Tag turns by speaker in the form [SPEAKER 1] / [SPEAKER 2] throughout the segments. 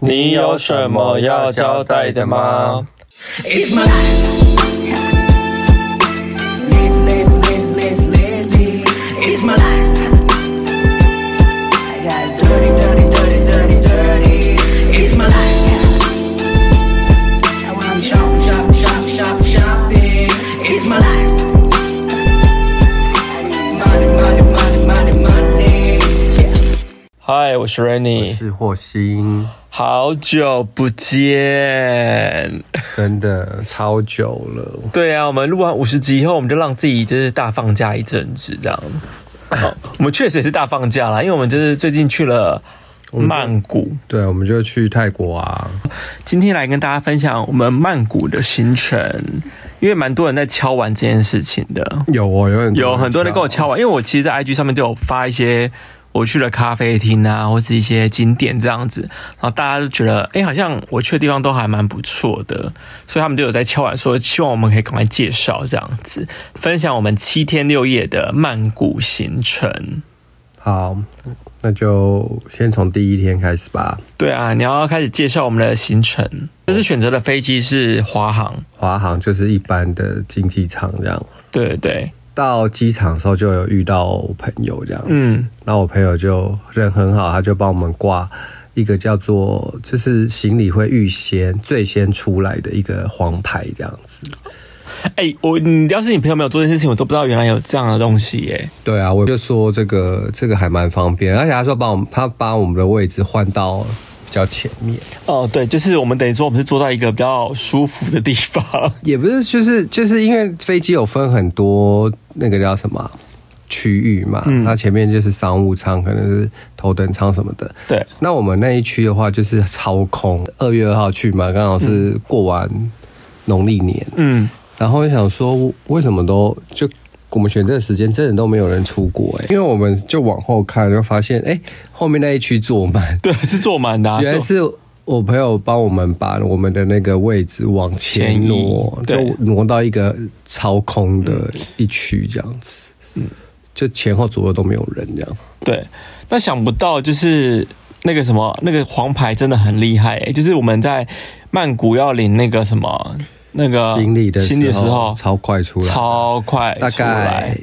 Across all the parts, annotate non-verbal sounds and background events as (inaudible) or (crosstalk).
[SPEAKER 1] 你有什么要交代的吗？
[SPEAKER 2] It's my life. Lazy, lazy, lazy, lazy, lazy. It's my life. I got dirty, dirty, dirty, dirty, dirty. It's my life. Now I'm shopping, shopping, shopping, shopping, shopping. It's my life. I need money, money, money, money, money. Yeah.
[SPEAKER 1] 嗨，我是
[SPEAKER 3] 我
[SPEAKER 1] Rainy，
[SPEAKER 3] 是霍星，
[SPEAKER 1] 好久不 (laughs) 见。
[SPEAKER 3] 真的超久了。
[SPEAKER 1] 对啊，我们录完五十集以后，我们就让自己就是大放假一阵子这样。好我们确实也是大放假啦，因为我们就是最近去了曼谷。
[SPEAKER 3] 对，啊我们就去泰国啊，
[SPEAKER 1] 今天来跟大家分享我们曼谷的行程，因为蛮多人在敲完这件事情的。
[SPEAKER 3] 有哦，有很多
[SPEAKER 1] 有很多人跟我
[SPEAKER 3] 敲
[SPEAKER 1] 敲完，因为我其实，在 IG 上面都有发一些我去了咖啡厅啊，或是一些景点这样子，然后大家就觉得，哎、好像我去的地方都还蛮不错的，所以他们就有在敲完说，希望我们可以赶快介绍这样子，分享我们七天六夜的曼谷行程。
[SPEAKER 3] 好，那就先从第一天开始吧。
[SPEAKER 1] 对啊，你要开始介绍我们的行程。这次选择的飞机是华航，
[SPEAKER 3] 华航就是一般的经济舱这样。
[SPEAKER 1] 对对对，
[SPEAKER 3] 到机场的时候就有遇到我朋友这样子，
[SPEAKER 1] 嗯，
[SPEAKER 3] 然后我朋友就人很好，他就帮我们挂一个叫做就是行李会预先最先出来的一个黄牌这样子。
[SPEAKER 1] 哎、我你要是你朋友没有做这件事情，我都不知道原来有这样的东西耶、
[SPEAKER 3] 对啊，我就说这个这个还蛮方便，而且他说把我们他把我们的位置换到比较前面，
[SPEAKER 1] 哦，对，就是我们等于说我们是坐到一个比较舒服的地方。 (laughs)
[SPEAKER 3] 也不是就是就是因为飞机有分很多那个叫什么啊区域嘛，那、前面就是商务舱，可能是头等舱什么的。
[SPEAKER 1] 对，
[SPEAKER 3] 那我们那一区的话就是超空，二月二号去嘛，刚好是过完农历年，
[SPEAKER 1] 嗯，
[SPEAKER 3] 然后我想说，为什么都就我们选这个时间，真的都没有人出国哎、因为我们就往后看，就发现哎、后面那一区坐满，
[SPEAKER 1] 对，是坐满的、啊，
[SPEAKER 3] 原来
[SPEAKER 1] 是
[SPEAKER 3] 是我朋友帮我们把我们的那个位置往前挪，
[SPEAKER 1] 前
[SPEAKER 3] 就
[SPEAKER 1] 移对嗯
[SPEAKER 3] 挪到一个超空的一区这样子，就前后左右都没有人这样。
[SPEAKER 1] 对。那想不到就是那个什么，那个黄牌真的很厉害、欸，就是我们在曼谷要领那个什么那个
[SPEAKER 3] 行李的
[SPEAKER 1] 啊行李的时候，
[SPEAKER 3] 超快出来，
[SPEAKER 1] 超快
[SPEAKER 3] 大
[SPEAKER 1] 出来
[SPEAKER 3] 概，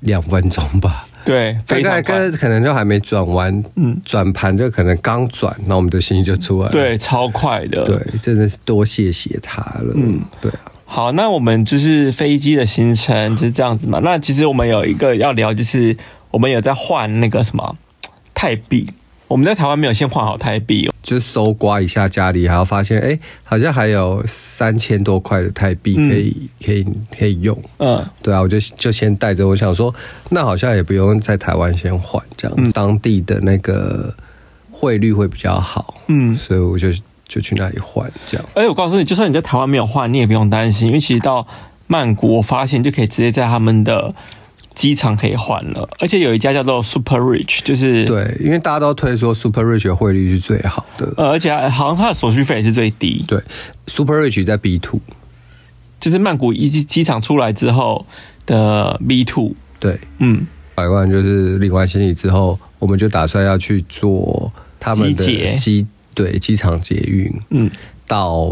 [SPEAKER 3] 两分钟吧。
[SPEAKER 1] 对，
[SPEAKER 3] 大
[SPEAKER 1] 非
[SPEAKER 3] 概
[SPEAKER 1] 常快
[SPEAKER 3] 跟，可能就还没转弯，
[SPEAKER 1] 嗯
[SPEAKER 3] 转盘就可能刚转，那我们的心就出来了。
[SPEAKER 1] 对，超快的，
[SPEAKER 3] 对，真的是多谢谢他了。嗯，对啊，
[SPEAKER 1] 好，那我们就是飞机的行程就是这样子嘛。那其实我们有一个要聊，就是我们有在换那个什么泰币。我们在台湾没有先换好泰币，
[SPEAKER 3] 就搜刮一下家里，还要发现哎、诶好像还有三千多块的泰币可以、可以可以用。
[SPEAKER 1] 嗯，
[SPEAKER 3] 对啊，我就就先带着，我想说，那好像也不用在台湾先换，这样、
[SPEAKER 1] 嗯
[SPEAKER 3] 当地的那个汇率会比较好。
[SPEAKER 1] 嗯
[SPEAKER 3] 所以我就就去那里换，这样
[SPEAKER 1] 而且我告诉你，就算你在台湾没有换，你也不用担心，因为其实到曼谷，我发现就可以直接在他们的机场可以换了，而且有一家叫做 Super Rich，就是，
[SPEAKER 3] 对，因为大家都推说 Super Rich 的汇率是最好的。
[SPEAKER 1] 呃，而且好像它的手续费也是最低，
[SPEAKER 3] 对，Super Rich 在 B two，
[SPEAKER 1] 就是曼谷一机机场出来之后的 B two，
[SPEAKER 3] 对，
[SPEAKER 1] 嗯，
[SPEAKER 3] 百万就是领完行李之后，我们就打算要去做他们
[SPEAKER 1] 机捷
[SPEAKER 3] 的机对机场捷运，
[SPEAKER 1] 嗯，
[SPEAKER 3] 到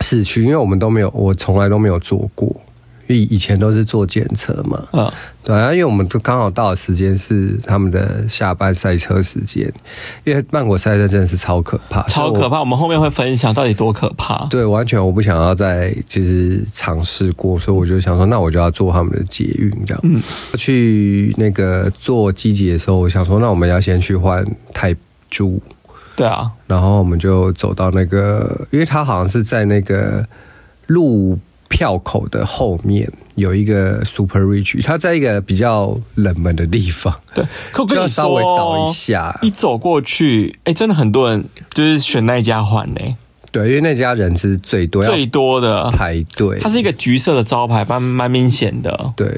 [SPEAKER 3] 市区，因为我们都没有，我从来都没有做过，因为以前都是做检测嘛，
[SPEAKER 1] 呃，
[SPEAKER 3] 对啊，因为我们都刚好到的时间是他们的下班赛车时间，因为曼谷赛车真的是超可怕，
[SPEAKER 1] 超
[SPEAKER 3] 所以
[SPEAKER 1] 可
[SPEAKER 3] 我。
[SPEAKER 1] 怕。我们后面会分享到底多可怕。
[SPEAKER 3] 对，完全我不想要再就是尝试过，所以我就想说，那我就要做他们的捷运这样。嗯，去那个做机捷的时候，我想说，那我们要先去换泰铢，
[SPEAKER 1] 对啊，
[SPEAKER 3] 然后我们就走到那个，因为它好像是在那个路票口的后面有一个 Super Rich，它在一个比较冷门的地方，
[SPEAKER 1] 对。可我
[SPEAKER 3] 就
[SPEAKER 1] 跟
[SPEAKER 3] 要
[SPEAKER 1] 你
[SPEAKER 3] 稍微找一啊
[SPEAKER 1] 说，哦
[SPEAKER 3] 下。
[SPEAKER 1] 一走过去，哎、真的很多人就是选那一家换呢、
[SPEAKER 3] 对，因为那家人是最多要
[SPEAKER 1] 最多的。
[SPEAKER 3] 排队，
[SPEAKER 1] 它是一个橘色的招牌，蛮蛮明显的，
[SPEAKER 3] 对。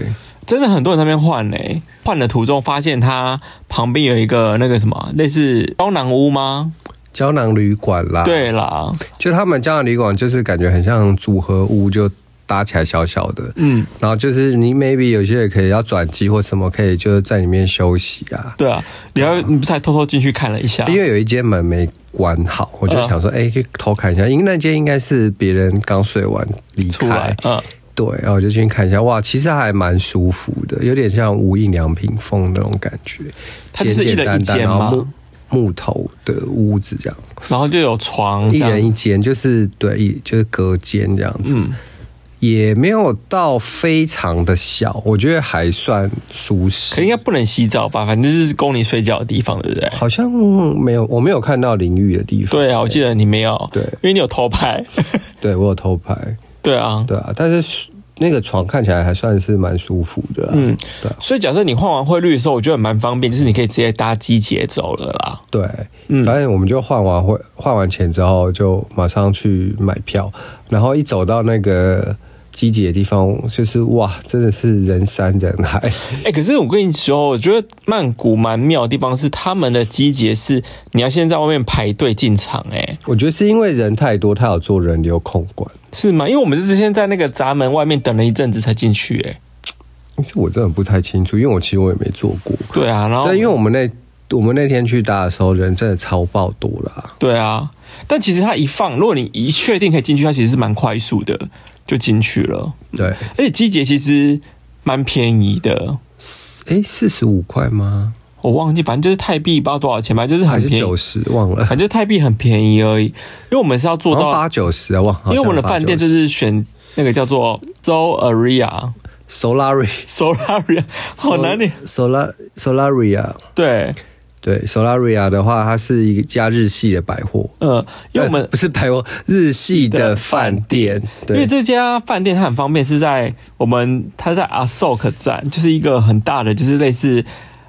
[SPEAKER 1] 真的很多人在那边换呢、换的途中发现它旁边有一个那个什么，类似胶囊屋吗？
[SPEAKER 3] 胶囊旅馆啦，
[SPEAKER 1] 对啦，
[SPEAKER 3] 就他们胶囊旅馆就是感觉很像组合屋，就搭起来小小的，
[SPEAKER 1] 嗯，
[SPEAKER 3] 然后就是你 maybe 有些也可以要转机或什么，可以就是在里面休息啊。
[SPEAKER 1] 对啊，你要你不是还偷偷进去看了一下？
[SPEAKER 3] 因为有一间门没关好，我就想说，哎、可以偷看一下，因为那间应该是别人刚睡完离
[SPEAKER 1] 出来
[SPEAKER 3] 开，，
[SPEAKER 1] 嗯，
[SPEAKER 3] 对，然后我就进去看一下，哇，其实还蛮舒服的，有点像无印良品风那种感觉，
[SPEAKER 1] 它就
[SPEAKER 3] 简
[SPEAKER 1] 是一
[SPEAKER 3] 简
[SPEAKER 1] 人
[SPEAKER 3] 单
[SPEAKER 1] 一
[SPEAKER 3] 单，
[SPEAKER 1] 间
[SPEAKER 3] 然后
[SPEAKER 1] 吗
[SPEAKER 3] 木木头的屋子这样，
[SPEAKER 1] 然后就有床，这
[SPEAKER 3] 一
[SPEAKER 1] 样
[SPEAKER 3] 人一间，就是对，一就是隔间这样子，
[SPEAKER 1] 嗯，
[SPEAKER 3] 也没有到非常的小，我觉得还算舒适。
[SPEAKER 1] 可应该不能洗澡吧？反正就是供你睡觉的地方，对不对？
[SPEAKER 3] 好像没有，我没有看到淋浴的地方。
[SPEAKER 1] 对啊，我记得你没有，
[SPEAKER 3] 对
[SPEAKER 1] 因为你有偷拍，
[SPEAKER 3] 对我有偷拍，
[SPEAKER 1] 对啊，
[SPEAKER 3] 对啊，但是那个床看起来还算是蛮舒服的、嗯
[SPEAKER 1] 嗯，
[SPEAKER 3] 对啊
[SPEAKER 1] 所以假设你换完汇率的时候，我觉得蛮方便，就是你可以直接搭机捷走了啦。
[SPEAKER 3] 对，
[SPEAKER 1] 嗯
[SPEAKER 3] 反正我们就换完会换完钱之后，就马上去买票，然后一走到那个集结的地方，就是哇，真的是人山人海。
[SPEAKER 1] 哎、可是我跟你说，我觉得曼谷蛮妙的地方是他们的机捷是你要先在外面排队进场、哎，
[SPEAKER 3] 我觉得是因为人太多，他有做人流控管。
[SPEAKER 1] 是吗？因为我们是之前在那个闸门外面等了一阵子才进去、哎，
[SPEAKER 3] 其实我真的不太清楚，因为我其实我也没做过。
[SPEAKER 1] 对啊，然后
[SPEAKER 3] 对，因为我们那我们那天去搭的时候，人真的超爆多啦。
[SPEAKER 1] 对啊，但其实它一放，如果你一确定可以进去，它其实是蛮快速的就进去了，
[SPEAKER 3] 对，
[SPEAKER 1] 而且机捷其实蛮便宜的。
[SPEAKER 3] 哎，四十五块吗？
[SPEAKER 1] 我忘记，反正就是泰币不知道多少钱吧，就是
[SPEAKER 3] 还
[SPEAKER 1] 很
[SPEAKER 3] 是
[SPEAKER 1] 便宜
[SPEAKER 3] 九，十？忘了，
[SPEAKER 1] 反正就是泰币很便宜而已。因为我们是要做
[SPEAKER 3] 好像
[SPEAKER 1] 到
[SPEAKER 3] 八九十啊，忘了。
[SPEAKER 1] 因为我们的饭店就是选那个叫做 Zo Area
[SPEAKER 3] Solari。
[SPEAKER 1] Solaria，好难欸念。
[SPEAKER 3] Solar Solaria，
[SPEAKER 1] 对，
[SPEAKER 3] 对 Solaria 的话，它是一家日系的百货，
[SPEAKER 1] 呃，因为我们
[SPEAKER 3] 呃不是百货，日系的
[SPEAKER 1] 的
[SPEAKER 3] 饭
[SPEAKER 1] 饭
[SPEAKER 3] 店。
[SPEAKER 1] 因
[SPEAKER 3] 对
[SPEAKER 1] 为这家饭店它很方便，是在我们它在 Asok 站，就是一个很大的，就是类似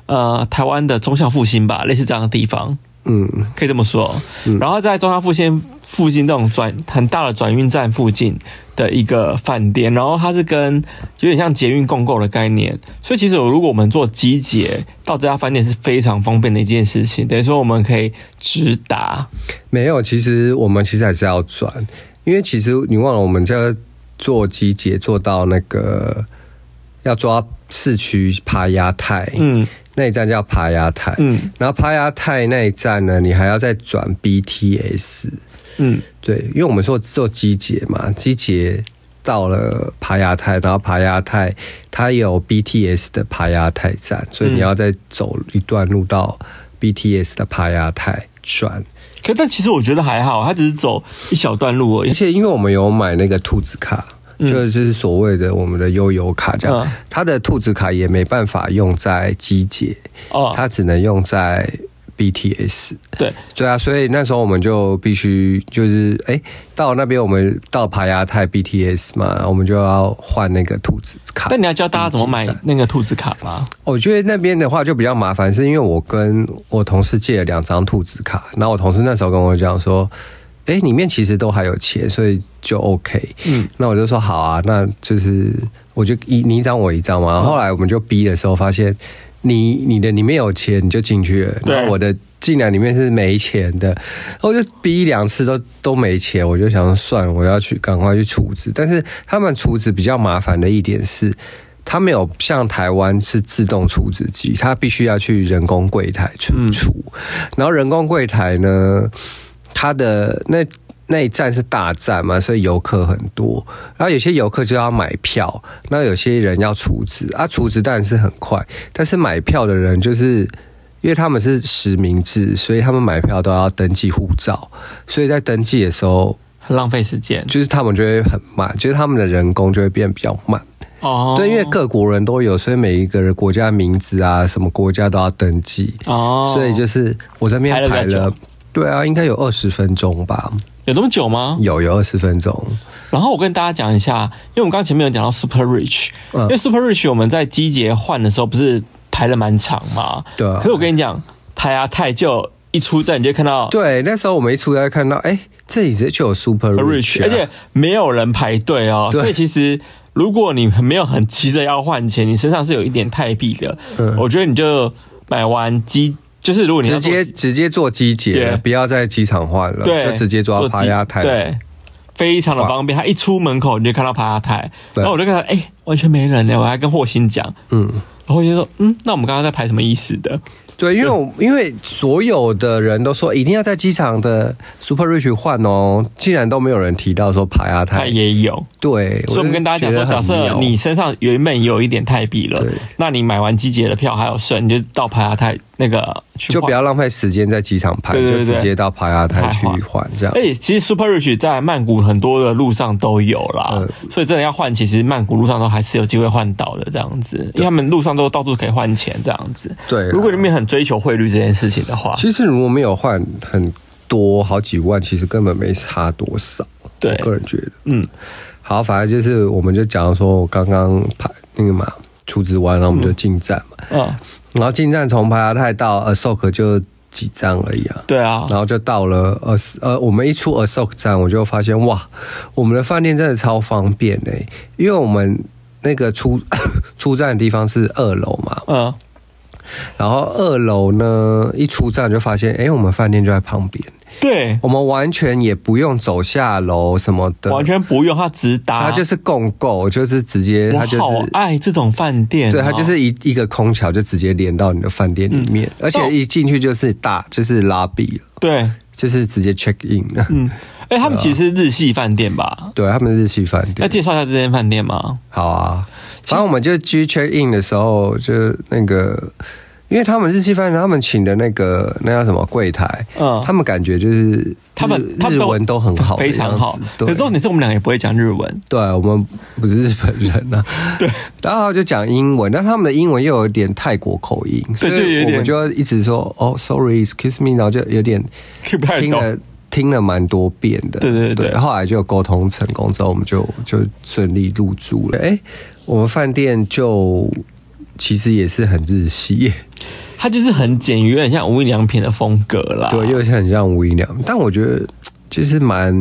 [SPEAKER 1] 呃台湾的中校复兴吧，类似这样的地方。
[SPEAKER 3] 嗯，
[SPEAKER 1] 可以这么说。然后在中山复线附近那种转很大的转运站附近的一个饭店，然后它是跟有点像捷运共购的概念，所以其实我如果我们做集结到这家饭店是非常方便的一件事情，等于说我们可以直达。
[SPEAKER 3] 没有，其实我们其实还是要转，因为其实你忘了，我们这做集结做到那个要抓市区爬压泰，
[SPEAKER 1] 嗯
[SPEAKER 3] 那一站叫爬压泰，
[SPEAKER 1] 嗯
[SPEAKER 3] 然后爬压泰那一站呢，你还要再转 BTS，
[SPEAKER 1] 嗯，
[SPEAKER 3] 对，因为我们说做机捷嘛，机捷到了爬亚泰，然后爬亚泰它有 BTS 的爬亚泰站，所
[SPEAKER 1] 嗯
[SPEAKER 3] 以你要再走一段路到 BTS 的爬亚泰转。
[SPEAKER 1] 可但其实我觉得还好，它只是走一小段路而已
[SPEAKER 3] 而。且因为我们有买那个兔子卡。就是所谓的我们的悠游卡这样
[SPEAKER 1] 嗯，
[SPEAKER 3] 它的兔子卡也没办法用在机捷，
[SPEAKER 1] 哦，
[SPEAKER 3] 它只能用在 BTS。
[SPEAKER 1] 对，
[SPEAKER 3] 对啊，所以那时候我们就必须就是哎、到那边我们到爬亚泰 BTS 嘛，我们就要换那个兔子卡。
[SPEAKER 1] 但你要教大家怎么买
[SPEAKER 3] 理解
[SPEAKER 1] 那个兔子卡吗？
[SPEAKER 3] 我觉得那边的话就比较麻烦，是因为我跟我同事借了两张兔子卡，然后我同事那时候跟我讲说，哎、里面其实都还有钱，所以就 OK。
[SPEAKER 1] 嗯，
[SPEAKER 3] 那我就说好啊，那就是我就一你一张我一张
[SPEAKER 1] 嗯
[SPEAKER 3] 嘛。后来我们就逼的时候发现，你你的里面有钱你就进去了，
[SPEAKER 1] 对
[SPEAKER 3] 然后我的竟然里面是没钱的，我就逼两次都都没钱，我就想说算了，我要去赶快去处置。但是他们处置比较麻烦的一点是。它没有像台湾是自动处置机，它必须要去人工柜台去
[SPEAKER 1] 嗯
[SPEAKER 3] 除。然后人工柜台呢，它的那那一站是大站嘛，所以游客很多。然后有些游客就要买票，那有些人要储值啊，储值当然是很快，但是买票的人就是。因为他们是实名制，所以他们买票都要登记护照，所以在登记的时候，
[SPEAKER 1] 很浪费时间
[SPEAKER 3] 就是他们就会很慢，就是他们的人工就会变比较慢。
[SPEAKER 1] 哦。
[SPEAKER 3] 对，因为各国人都有，所以每一个人国家名字啊，什么国家都要登记，
[SPEAKER 1] 哦，
[SPEAKER 3] 所以就是我这边排
[SPEAKER 1] 排了比较
[SPEAKER 3] 了
[SPEAKER 1] 久，
[SPEAKER 3] 对啊，应该有二十分钟吧，
[SPEAKER 1] 有那么久吗？
[SPEAKER 3] 有有二十分钟，
[SPEAKER 1] 然后我跟大家讲一下，因为我们刚刚前面有讲到 Super Rich，、
[SPEAKER 3] 嗯
[SPEAKER 1] 因为 Super Rich 我们在机节换的时候不是排了蛮长嘛？
[SPEAKER 3] 对啊
[SPEAKER 1] 可是我跟你讲，台啊泰就一出站你就看到
[SPEAKER 3] 对，那时候我们一出来看到，哎、这里就有 Super Rich，、
[SPEAKER 1] Rich，、
[SPEAKER 3] 啊、
[SPEAKER 1] 而且没有人排队哦，
[SPEAKER 3] 对
[SPEAKER 1] 所以其实。如果你没有很急着要换钱，你身上是有一点泰币的，
[SPEAKER 3] 嗯
[SPEAKER 1] 我觉得你就买完机，就是如果你要
[SPEAKER 3] 直
[SPEAKER 1] 做
[SPEAKER 3] 接直接做机捷了，
[SPEAKER 1] 对
[SPEAKER 3] 不要在机场换了，
[SPEAKER 1] 对
[SPEAKER 3] 呃就直接抓
[SPEAKER 1] 做机
[SPEAKER 3] 趴压台。
[SPEAKER 1] 对，非常的方便。他一出门口你就看到吧台，
[SPEAKER 3] 对
[SPEAKER 1] 然后我就看到哎、完全没人呢，我还跟霍心讲，
[SPEAKER 3] 嗯，
[SPEAKER 1] 然后霍心说嗯，那我们刚刚在排什么意思的？
[SPEAKER 3] 对，因为我因为所有的人都说一定要在机场的 Super Rich 换哦，竟然都没有人提到说爬亚
[SPEAKER 1] 他
[SPEAKER 3] 太，
[SPEAKER 1] 也有，
[SPEAKER 3] 对，
[SPEAKER 1] 所以我们跟大家讲
[SPEAKER 3] 哎就
[SPEAKER 1] 说，
[SPEAKER 3] 觉得
[SPEAKER 1] 假
[SPEAKER 3] 很
[SPEAKER 1] 设
[SPEAKER 3] 妙
[SPEAKER 1] 你身上原本有一点泰币了
[SPEAKER 3] 对，
[SPEAKER 1] 那你买完季节的票还有剩，你就到排亚泰那个去
[SPEAKER 3] 就
[SPEAKER 1] 换
[SPEAKER 3] 不要浪费时间在机场排，
[SPEAKER 1] 对对对
[SPEAKER 3] 就直接到爬亚太去换这样
[SPEAKER 1] 而。且哎其实 Super Rich 在曼谷很多的路上都有啦，
[SPEAKER 3] 嗯
[SPEAKER 1] 所以真的要换，其实曼谷路上都还是有机会换到的这样子，因为他们路上都到处可以换钱这样子。
[SPEAKER 3] 对啦
[SPEAKER 1] 如果你们很追求汇率这件事情的话，
[SPEAKER 3] 其实如果没有换很多好几万，其实根本没差多少。
[SPEAKER 1] 对
[SPEAKER 3] 我个人觉得，
[SPEAKER 1] 嗯，
[SPEAKER 3] 好，反正就是我们就讲到说，我刚刚排那个嘛，出资完，然后我们就进站嘛，
[SPEAKER 1] 嗯，
[SPEAKER 3] 然后进站从爬亚太到 Asok 就几站而已啊。
[SPEAKER 1] 对啊，
[SPEAKER 3] 然后就到了呃呃，我们一出 Asok 站，我就发现哇，我们的饭店真的超方便哎、因为我们那个出 (laughs) 出站的地方是二楼嘛，
[SPEAKER 1] 嗯，
[SPEAKER 3] 然后二楼呢一出站就发现，哎，我们饭店就在旁边，
[SPEAKER 1] 对，
[SPEAKER 3] 我们完全也不用走下楼什么的，
[SPEAKER 1] 完全不用，他直达，
[SPEAKER 3] 它呃就是共购，就是直接
[SPEAKER 1] 我
[SPEAKER 3] 它就
[SPEAKER 1] 啊好啊
[SPEAKER 3] 是。
[SPEAKER 1] 爱这种饭店哦、
[SPEAKER 3] 对，它就是一一个空调就直接连到你的饭店里面，
[SPEAKER 1] 嗯
[SPEAKER 3] 而且一进去就是大，就是拉比了，
[SPEAKER 1] 对，
[SPEAKER 3] 就是直接 check in 了。
[SPEAKER 1] 嗯，哎、他们其实是日系饭店吧？
[SPEAKER 3] (laughs) 啊对，他们是日系饭
[SPEAKER 1] 要
[SPEAKER 3] 店。
[SPEAKER 1] 介绍一下这间饭店吗？
[SPEAKER 3] 好啊，反正我们就去 check in 的时候，就那个，因为他们日系饭店，他们请的那个那叫什么柜台，
[SPEAKER 1] 嗯
[SPEAKER 3] 他们感觉就是
[SPEAKER 1] 他
[SPEAKER 3] 日
[SPEAKER 1] 们他们
[SPEAKER 3] 日文都很好的
[SPEAKER 1] 非
[SPEAKER 3] 样子，
[SPEAKER 1] 常好。可
[SPEAKER 3] 对
[SPEAKER 1] 是，重点是我们俩也不会讲日文，
[SPEAKER 3] 对我们不是日本人
[SPEAKER 1] (laughs)
[SPEAKER 3] 啊，对，然后就讲英文，但他们的英文又有点泰国口音，所
[SPEAKER 1] 对就有点
[SPEAKER 3] 以我们就一直说哦，sorry，excuse me，然后就有点
[SPEAKER 1] 听不太
[SPEAKER 3] 听
[SPEAKER 1] 懂。
[SPEAKER 3] 了听了蛮多遍的，
[SPEAKER 1] 对对对
[SPEAKER 3] 后来就沟通成功之后，我们就就顺利入住了。哎、我们饭店就其实也是很日系耶，
[SPEAKER 1] 它就是很简约，很像无印良品的风格啦，
[SPEAKER 3] 对，又是很像无印良，但我觉得就是蛮，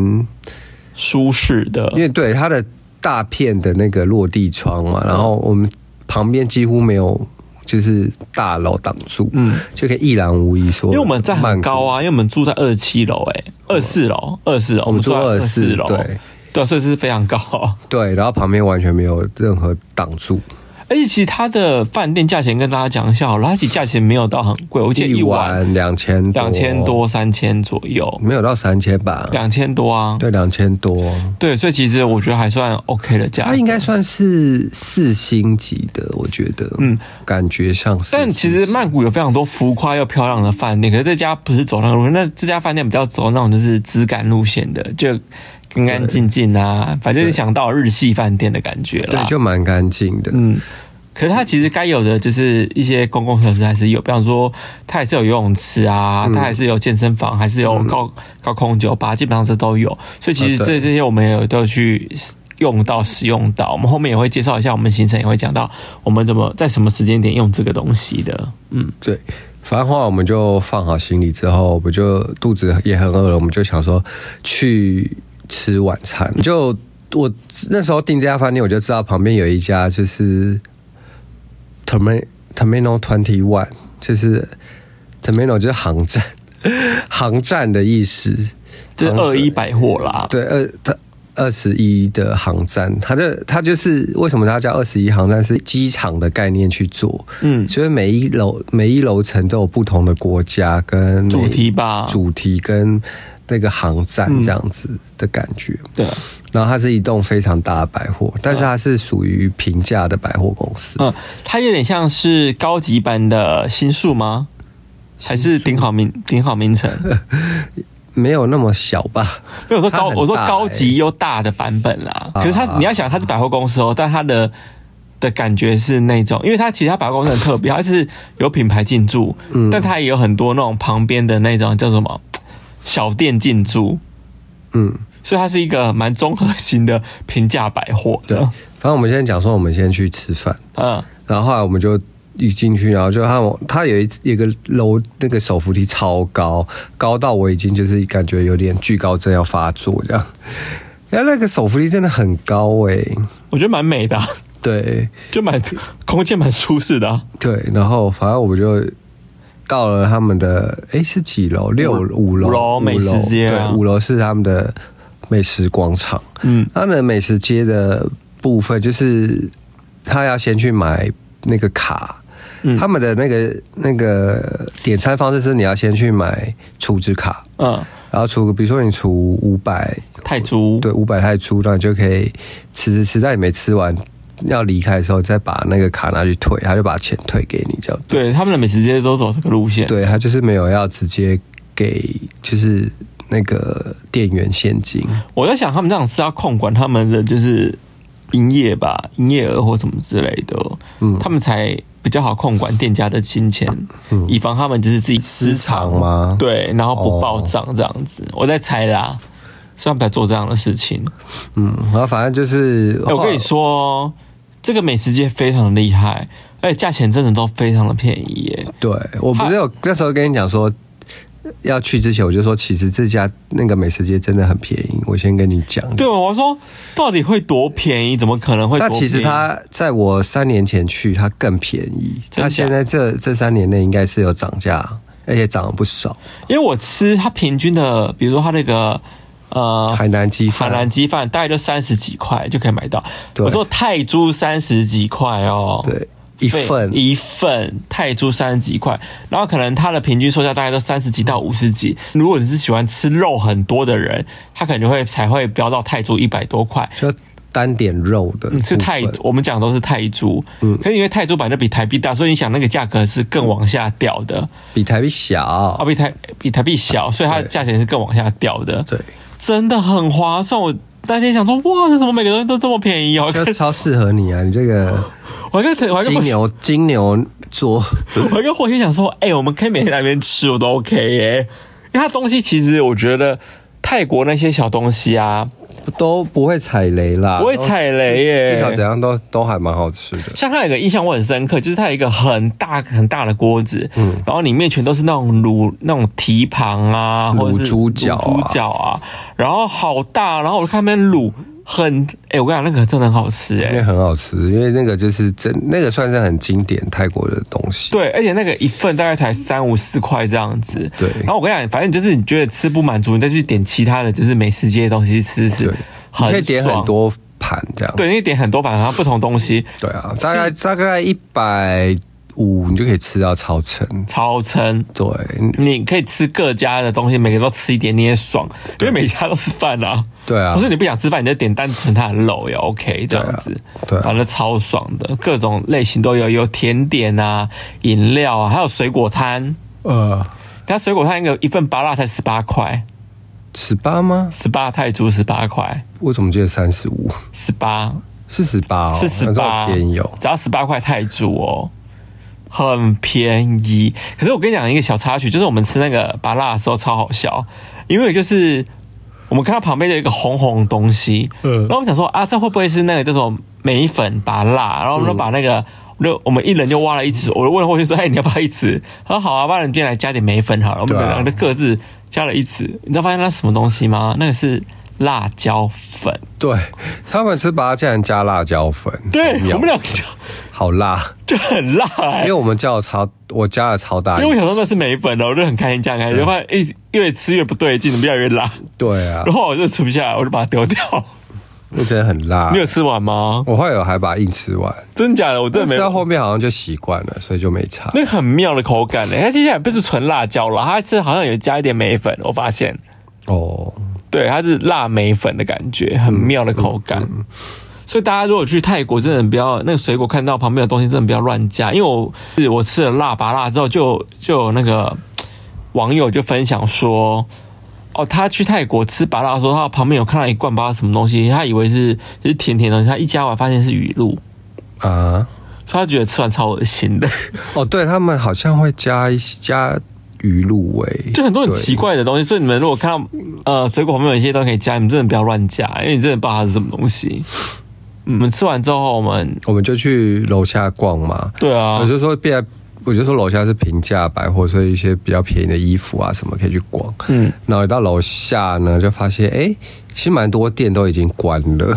[SPEAKER 1] 舒适的
[SPEAKER 3] 因。为对它的大片的那个落地窗嘛，然
[SPEAKER 1] 嗯
[SPEAKER 3] 后我们旁边几乎没有。就是大楼挡住，嗯，就可以一览无遗说。
[SPEAKER 1] 因为我们在很高
[SPEAKER 3] 啊，
[SPEAKER 1] 啊，因为我们住在二七楼，哎，二四楼，二四楼，我
[SPEAKER 3] 们住
[SPEAKER 1] 在
[SPEAKER 3] 24
[SPEAKER 1] 楼，
[SPEAKER 3] 对
[SPEAKER 1] 对，所以是非常高。 (laughs)
[SPEAKER 3] 对，然后旁边完全没有任何挡住，
[SPEAKER 1] 而且其实它的饭店价钱跟大家讲一下好了，它其实价钱没有到很贵，我记得
[SPEAKER 3] 一
[SPEAKER 1] 一晚
[SPEAKER 3] 晚两千
[SPEAKER 1] 两千多、三千左右，
[SPEAKER 3] 没有到三千吧？
[SPEAKER 1] 两千多啊，
[SPEAKER 3] 对，两千多，
[SPEAKER 1] 对，所以其实我觉得还算 OK 的价格。
[SPEAKER 3] 它应该算是四星级的，我觉得，嗯，感觉上是四星。
[SPEAKER 1] 但其实曼谷有非常多浮夸又漂亮的饭店，可是这家不是走那个路线，那这家饭店比较走那种就是质感路线的，就干干净净啊，反正你想到日系饭店的感觉啦。
[SPEAKER 3] 对，就蛮干净的，
[SPEAKER 1] 嗯，可是它其实该有的就是一些公共设施还是有，比方说它还是有游泳池啊，
[SPEAKER 3] 嗯
[SPEAKER 1] 它还是有健身房，还是有高、高空酒吧，基本上这都有。所以其实
[SPEAKER 3] 啊
[SPEAKER 1] 这、
[SPEAKER 3] 对
[SPEAKER 1] 这些我们也有都有去用到、使用到。我们后面也会介绍一下，我们行程也会讲到我们怎么在什么时间点用这个东西的。嗯，
[SPEAKER 3] 对。反正后来我们就放好行李之后，我们就肚子也很饿了，我们就想说去吃晚餐。就我那时候订这家饭店，我就知道旁边有一家就是 Termin Terminal Twenty One，就是 Terminal 就是航站， (laughs) 航站的意思。
[SPEAKER 1] 这是
[SPEAKER 3] 航
[SPEAKER 1] 二
[SPEAKER 3] 站
[SPEAKER 1] 一百货啦。
[SPEAKER 3] 嗯对，二它二十一的航站，它的它就是为什么它叫二十一航站，是机场的概念去做，
[SPEAKER 1] 嗯，
[SPEAKER 3] 就是每一楼每一楼层都有不同的国家跟每
[SPEAKER 1] 主题吧嗯
[SPEAKER 3] 主题跟那个航站这样子的感觉。
[SPEAKER 1] 对，
[SPEAKER 3] 然后它是一栋非常大的百货，但是它是属于平价的百货公司。
[SPEAKER 1] 嗯，它有点像是高级版的新宿吗？还是顶好名顶好名城？
[SPEAKER 3] (laughs) 没有那么小吧？
[SPEAKER 1] 没有说高，
[SPEAKER 3] 它很
[SPEAKER 1] 我说
[SPEAKER 3] 大
[SPEAKER 1] 高
[SPEAKER 3] 欸
[SPEAKER 1] 级又大的版本啦。
[SPEAKER 3] 啊
[SPEAKER 1] 可是它，你要想它是百货公司哦，但它的的感觉是那种，因为它其实它百货公司很特别，它是有品牌进驻，
[SPEAKER 3] 嗯
[SPEAKER 1] 但它也有很多那种旁边的那种叫什么小店进驻，
[SPEAKER 3] 嗯，
[SPEAKER 1] 所以它是一个蛮综合型的平价百货
[SPEAKER 3] 对。
[SPEAKER 1] 的。
[SPEAKER 3] 反正我们现在讲说，我们先去吃饭。
[SPEAKER 1] 嗯，
[SPEAKER 3] 然后后来我们就一进去，然后就他他有一有一个楼那个手扶梯超高，高到我已经就是感觉有点惧高症要发作这样。然后那个手扶梯真的很高哎、
[SPEAKER 1] 我觉得蛮美的啊、
[SPEAKER 3] 对
[SPEAKER 1] 就蛮空间蛮舒适的啊、
[SPEAKER 3] 对，然后反正我们就。到了他们的哎是几楼？六五
[SPEAKER 1] 五
[SPEAKER 3] 楼
[SPEAKER 1] 楼美食街啊
[SPEAKER 3] 对，五楼是他们的美食广场。
[SPEAKER 1] 嗯
[SPEAKER 3] 他们美食街的部分就是他要先去买那个卡，
[SPEAKER 1] 嗯
[SPEAKER 3] 他们的那个那个点餐方式是你要先去买储值卡，
[SPEAKER 1] 嗯，
[SPEAKER 3] 然后储，比如说你储五百，
[SPEAKER 1] 泰铢
[SPEAKER 3] 对，五百泰铢，那你就可以吃吃吃，但你没吃完。要离开的时候，再把那个卡拿去退，他就把钱退给你，这样。
[SPEAKER 1] 对，他们的美食街都走这个路线。
[SPEAKER 3] 对他就是没有要直接给，就是那个店员现金。
[SPEAKER 1] 我在想，他们这样是要控管他们的就是营业吧，营业额或什么之类的，
[SPEAKER 3] 嗯
[SPEAKER 1] 他们才比较好控管店家的金钱，以防他们就是自己私
[SPEAKER 3] 嗯私藏哦吗
[SPEAKER 1] 对，然后不报账这样子。我在猜啦，所以他们才做这样的事情。
[SPEAKER 3] 嗯，然后反正就是，
[SPEAKER 1] 哎我跟你说哦，这个美食街非常厉害，而且价钱真的都非常的便宜耶。
[SPEAKER 3] 对我不是有那时候跟你讲说要去之前，我就说其实这家那个美食街真的很便宜，我先跟你讲。
[SPEAKER 1] 对，我说到底会多便宜？怎么可能会多
[SPEAKER 3] 但
[SPEAKER 1] 便宜？
[SPEAKER 3] 其实它在我三年前去，它更便宜。
[SPEAKER 1] 真假
[SPEAKER 3] 它现在这这三年内应该是有涨价，而且涨了不少。
[SPEAKER 1] 因为我吃它平均的，比如说它那个呃
[SPEAKER 3] 海南鸡
[SPEAKER 1] 海
[SPEAKER 3] 饭，
[SPEAKER 1] 南鸡饭大概就三十几块就可以买到。
[SPEAKER 3] 对
[SPEAKER 1] 我说泰铢三十几块哦，
[SPEAKER 3] 对一
[SPEAKER 1] 对，
[SPEAKER 3] 份
[SPEAKER 1] 一份泰铢三十几块，然后可能它的平均售价大概都三十几到五十几。如果你是喜欢吃肉很多的人，他可能就会才会飙到泰铢一百多块。
[SPEAKER 3] 就单点肉的部分
[SPEAKER 1] 嗯是泰，我们讲的都是泰铢，嗯，可是因为泰铢本来就比台币大，所以你想那个价格是更往下掉的，
[SPEAKER 3] 比台币小。
[SPEAKER 1] 啊，比台比台币小，所以它的
[SPEAKER 3] 对
[SPEAKER 1] 价钱是更往下掉的。
[SPEAKER 3] 对，
[SPEAKER 1] 真的很划算。我那天想说，哇，这怎么每个东西都这么便宜哦？我还
[SPEAKER 3] (laughs) 就
[SPEAKER 1] 跟
[SPEAKER 3] 超适合你啊！你
[SPEAKER 1] (laughs)
[SPEAKER 3] 这个
[SPEAKER 1] 我还跟我还跟
[SPEAKER 3] 金牛金牛座， (laughs)
[SPEAKER 1] 我还跟霍心想说，哎、我们可以每天来那边吃，我都 OK 耶、因为它东西其实我觉得泰国那些小东西啊，
[SPEAKER 3] 都不会踩雷啦，
[SPEAKER 1] 不会踩雷耶
[SPEAKER 3] 至少怎啊样都都还蛮好吃的。
[SPEAKER 1] 像它有一个印象我很深刻，就是它有一个很大很大的锅子，嗯，然后里面全都是那种卤那种蹄膀啊，或者是
[SPEAKER 3] 卤猪脚啊
[SPEAKER 1] 卤猪脚啊，然后好大，然后我看那边卤很，哎、我跟你讲，那个真的很好吃哎、
[SPEAKER 3] 因为很好吃，因为那个就是真那个算是很经典泰国的东西。
[SPEAKER 1] 对，而且那个一份大概才三五四块这样子。
[SPEAKER 3] 对
[SPEAKER 1] 然后我跟你讲，反正就是你觉得吃不满足，你再去点其他的就是美食街的东西吃吃，
[SPEAKER 3] 对，
[SPEAKER 1] 很
[SPEAKER 3] 你可以点
[SPEAKER 1] 爽
[SPEAKER 3] 很。多盘这样。
[SPEAKER 1] 对，你可以点很多，反正不同东西
[SPEAKER 3] 对啊，大概大概一百五你就可以吃到超撑。
[SPEAKER 1] 超撑。
[SPEAKER 3] 对，
[SPEAKER 1] 你可以吃各家的东西，每个都吃一点，你也爽，因为每家都是饭啊。
[SPEAKER 3] 对啊
[SPEAKER 1] 不是你不想吃饭，你就点单纯它的肉也 OK 这样子，
[SPEAKER 3] 对啊
[SPEAKER 1] 反正超爽的，各种类型都有，有甜点啊、饮料啊，还有水果摊。
[SPEAKER 3] 呃，
[SPEAKER 1] 它水果摊一个一份芭辣才十八块，
[SPEAKER 3] 十八吗？
[SPEAKER 1] 十八泰铢十八块，
[SPEAKER 3] 我怎么记得三十五？
[SPEAKER 1] 十八
[SPEAKER 3] 是十八、哦，
[SPEAKER 1] 是十
[SPEAKER 3] 那这
[SPEAKER 1] 八，
[SPEAKER 3] 么便宜哦。
[SPEAKER 1] 只要十八块泰铢哦，很便宜。可是我跟你讲一个小插曲，就是我们吃那个巴辣的时候超好笑，因为就是我们看到旁边有一个红红的东西，
[SPEAKER 3] 嗯
[SPEAKER 1] 然后我们想说啊，这会不会是那个叫做梅粉巴辣？然后我们就把那个。就我们一人就挖了一匙，我就问霍去说：“哎，你要不要一匙？”他说：“好啊，不然你今天来加点梅粉好了。”我们
[SPEAKER 3] 对啊
[SPEAKER 1] 两个就各自加了一匙。你知道发现那是什么东西吗？那个是辣椒粉。
[SPEAKER 3] 对他们吃八竟然加辣椒粉，
[SPEAKER 1] 对
[SPEAKER 3] 好妙
[SPEAKER 1] 我们两个就
[SPEAKER 3] 好辣，
[SPEAKER 1] 就很辣、欸，
[SPEAKER 3] 因为我们叫的超，我加了超大一
[SPEAKER 1] 因
[SPEAKER 3] 匙，
[SPEAKER 1] 为我想说那是梅粉的，哦我就很开心这样开心，就发现一直越吃越不对劲，怎么越来越辣，
[SPEAKER 3] 对啊
[SPEAKER 1] 然，后我就吃不下来，我就把它丢掉。
[SPEAKER 3] 我觉得很
[SPEAKER 1] (laughs)
[SPEAKER 3] 辣
[SPEAKER 1] 你。有吃完吗？
[SPEAKER 3] 我后来有还把它硬吃完，
[SPEAKER 1] 真假的？我真
[SPEAKER 3] 但
[SPEAKER 1] 的
[SPEAKER 3] 吃到
[SPEAKER 1] 没
[SPEAKER 3] 后
[SPEAKER 1] 有。
[SPEAKER 3] 面好像就习惯了，所以就没差。
[SPEAKER 1] 那个很妙的口感呢、欸它接下来不是纯辣椒了，它是好像有加一点梅粉，我发现，
[SPEAKER 3] 哦，
[SPEAKER 1] 对，它是辣梅粉的感觉，很妙的口感。所以大家如果去泰国，真的不要那个水果看到旁边的东西，真的不要乱加，因为我是我吃了辣拔辣之后就，就有那个网友就分享说，哦，他去泰国吃拔辣的时候，他旁边有看到一罐不知道什么东西，他以为是是甜甜的东西，他一加完发现是雨露，
[SPEAKER 3] 啊，
[SPEAKER 1] 所以他觉得吃完超恶心的，
[SPEAKER 3] 哦，对他们好像会加一加鱼露味，
[SPEAKER 1] 就很多很
[SPEAKER 3] 对
[SPEAKER 1] 奇怪的东西。所以你们如果看到呃水果旁边有一些东西可以加，你们真的不要乱加，因为你真的不知道它是什么东西。嗯我们吃完之后，我们
[SPEAKER 3] 我们就去楼下逛嘛。
[SPEAKER 1] 对啊
[SPEAKER 3] 我，就说变，我就说楼下是平价百货，所以一些比较便宜的衣服啊什么可以去逛。
[SPEAKER 1] 嗯，
[SPEAKER 3] 然后一到楼下呢，就发现哎、诶其实蛮多店都已经关了，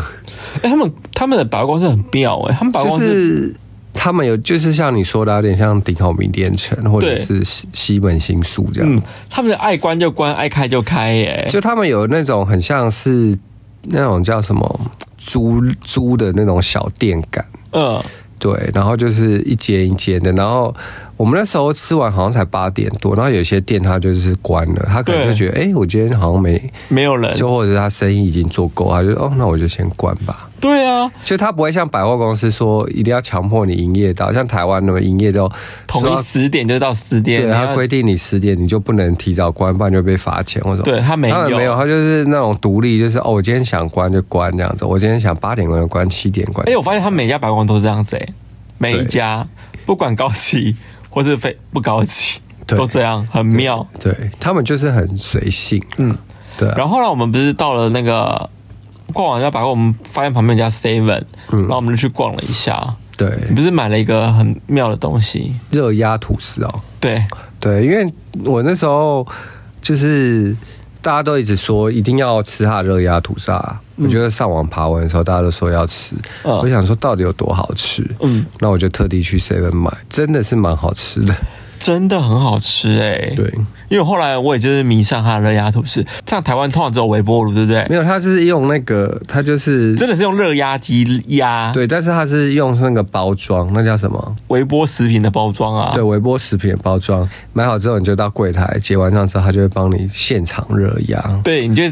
[SPEAKER 1] 哎、他们他们的百货公司很妙哎、他们百货
[SPEAKER 3] 就
[SPEAKER 1] 公司
[SPEAKER 3] 是他们有就是像你说的，有点像顶好名店城或者
[SPEAKER 1] 对
[SPEAKER 3] 是西西门新宿这样
[SPEAKER 1] 嗯，他们的爱关就关，爱开就开耶、
[SPEAKER 3] (laughs) 就他们有那种很像是那种叫什么租租的那种小店感，
[SPEAKER 1] 嗯，
[SPEAKER 3] 对，然后就是一间一间的，然后我们那时候吃完好像才八点多，然后有些店它就是关了，他可能就
[SPEAKER 1] 对
[SPEAKER 3] 觉得，哎、我今天好像没，
[SPEAKER 1] 没有人。
[SPEAKER 3] 就或者是他生意已经做够，他就哦，那我就先关吧。
[SPEAKER 1] 对啊，
[SPEAKER 3] (laughs) 就他不会像百货公司说一定要强迫你营业到，像台湾那么营业都
[SPEAKER 1] 统一
[SPEAKER 3] 说
[SPEAKER 1] 十点就到十点，
[SPEAKER 3] 对，
[SPEAKER 1] 然
[SPEAKER 3] 他
[SPEAKER 1] 后
[SPEAKER 3] 规定你十点你就不能提早关，不然就被罚钱或者
[SPEAKER 1] 对他没有
[SPEAKER 3] 他们没有，他就是那种独立，就是哦，我今天想关就关这样子，我今天想八点关就关，七点关。
[SPEAKER 1] 哎、我发现他们每家百货公司都是这样子、哎，每一家不管高级或是非不高级，
[SPEAKER 3] 对
[SPEAKER 1] 都这样，很妙。
[SPEAKER 3] 对他们就是很随性，嗯，对啊、
[SPEAKER 1] 然后后来我们不是到了那个逛完家百货，我们发现旁边有家 Seven，、然
[SPEAKER 3] 嗯
[SPEAKER 1] 后我们就去逛了一下。
[SPEAKER 3] 对
[SPEAKER 1] 你不是买了一个很妙的东西？
[SPEAKER 3] 热压吐司哦，
[SPEAKER 1] 对，
[SPEAKER 3] 对，因为我那时候就是大家都一直说一定要吃它的热压吐司啊。我觉得上网爬文的时候，大家都说要吃，
[SPEAKER 1] 嗯
[SPEAKER 3] 我想说到底有多好吃，
[SPEAKER 1] 嗯
[SPEAKER 3] 嗯，那我就特地去 seven 买，真的是蛮好吃的，
[SPEAKER 1] 哎真的很好吃哎、
[SPEAKER 3] 对，
[SPEAKER 1] 因为后来我也就是迷上它的热压吐司，像台湾通常只有微波炉，对不对
[SPEAKER 3] (laughs) 没？有，它是用那个，它就是
[SPEAKER 1] 真的是用热压机压，，
[SPEAKER 3] 对，但是它是用那个包装，那叫什么？
[SPEAKER 1] 微波食品的包装啊，
[SPEAKER 3] 对，微波食品的包装。买好之后，你就到柜台结完账之后，它就会帮你现场热压。
[SPEAKER 1] 对，你就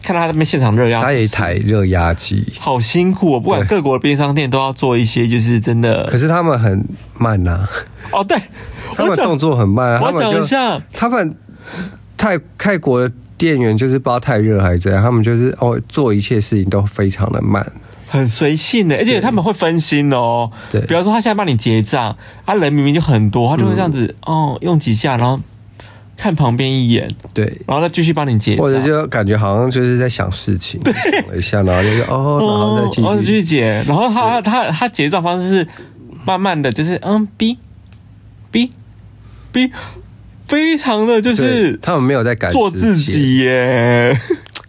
[SPEAKER 1] 看到他们现场热压，
[SPEAKER 3] 它有一台热压机，
[SPEAKER 1] 好辛苦哦。不管各国的便利商店都要做一些，就是真
[SPEAKER 3] 可
[SPEAKER 1] 的
[SPEAKER 3] 是他们很慢呐、
[SPEAKER 1] 哦，对，
[SPEAKER 3] 他
[SPEAKER 1] 我
[SPEAKER 3] 们
[SPEAKER 1] 讲
[SPEAKER 3] 动作很慢、啊，他
[SPEAKER 1] 我
[SPEAKER 3] 们
[SPEAKER 1] 讲一
[SPEAKER 3] 就
[SPEAKER 1] 下，
[SPEAKER 3] 他们泰泰国的店员就是不知道太热还是怎样，他们就是哦做一切事情都非常的慢。
[SPEAKER 1] 很随性的，而且他们会分心哦。
[SPEAKER 3] 对
[SPEAKER 1] 比方说他现在帮你结账，他人明明就很多，他就会这样子、
[SPEAKER 3] 嗯
[SPEAKER 1] 哦，用几下，然后看旁边一眼，
[SPEAKER 3] 对，
[SPEAKER 1] 然后再继续帮你结账，
[SPEAKER 3] 或者就感觉好像就是在想事情，想了一下，然后就是哦，然后再继
[SPEAKER 1] 哦，
[SPEAKER 3] 续
[SPEAKER 1] 继续解。然后他他他结账方式是慢慢的，就是嗯，b b b，非常的就
[SPEAKER 3] 对
[SPEAKER 1] 是
[SPEAKER 3] 他们没有在赶
[SPEAKER 1] 做
[SPEAKER 3] 时
[SPEAKER 1] 自
[SPEAKER 3] 间，
[SPEAKER 1] 己耶。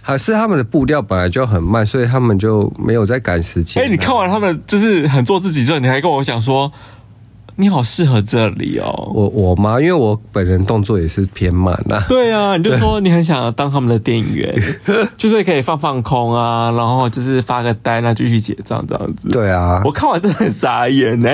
[SPEAKER 3] 还是他们的步调本来就很慢，所以他们就没有在赶时间
[SPEAKER 1] 哎、
[SPEAKER 3] 啊。
[SPEAKER 1] 你看完他们就是很做自己之后，你还跟我讲说你好适合这里哦。
[SPEAKER 3] 我我妈，因为我本人动作也是偏慢
[SPEAKER 1] (laughs)
[SPEAKER 3] 啊，
[SPEAKER 1] 对啊，你就说你很想当他们的店员，就是可以放放空啊，然后就是发个呆，那继续结账这样子。
[SPEAKER 3] 对啊
[SPEAKER 1] 我，看完真的很傻眼呢、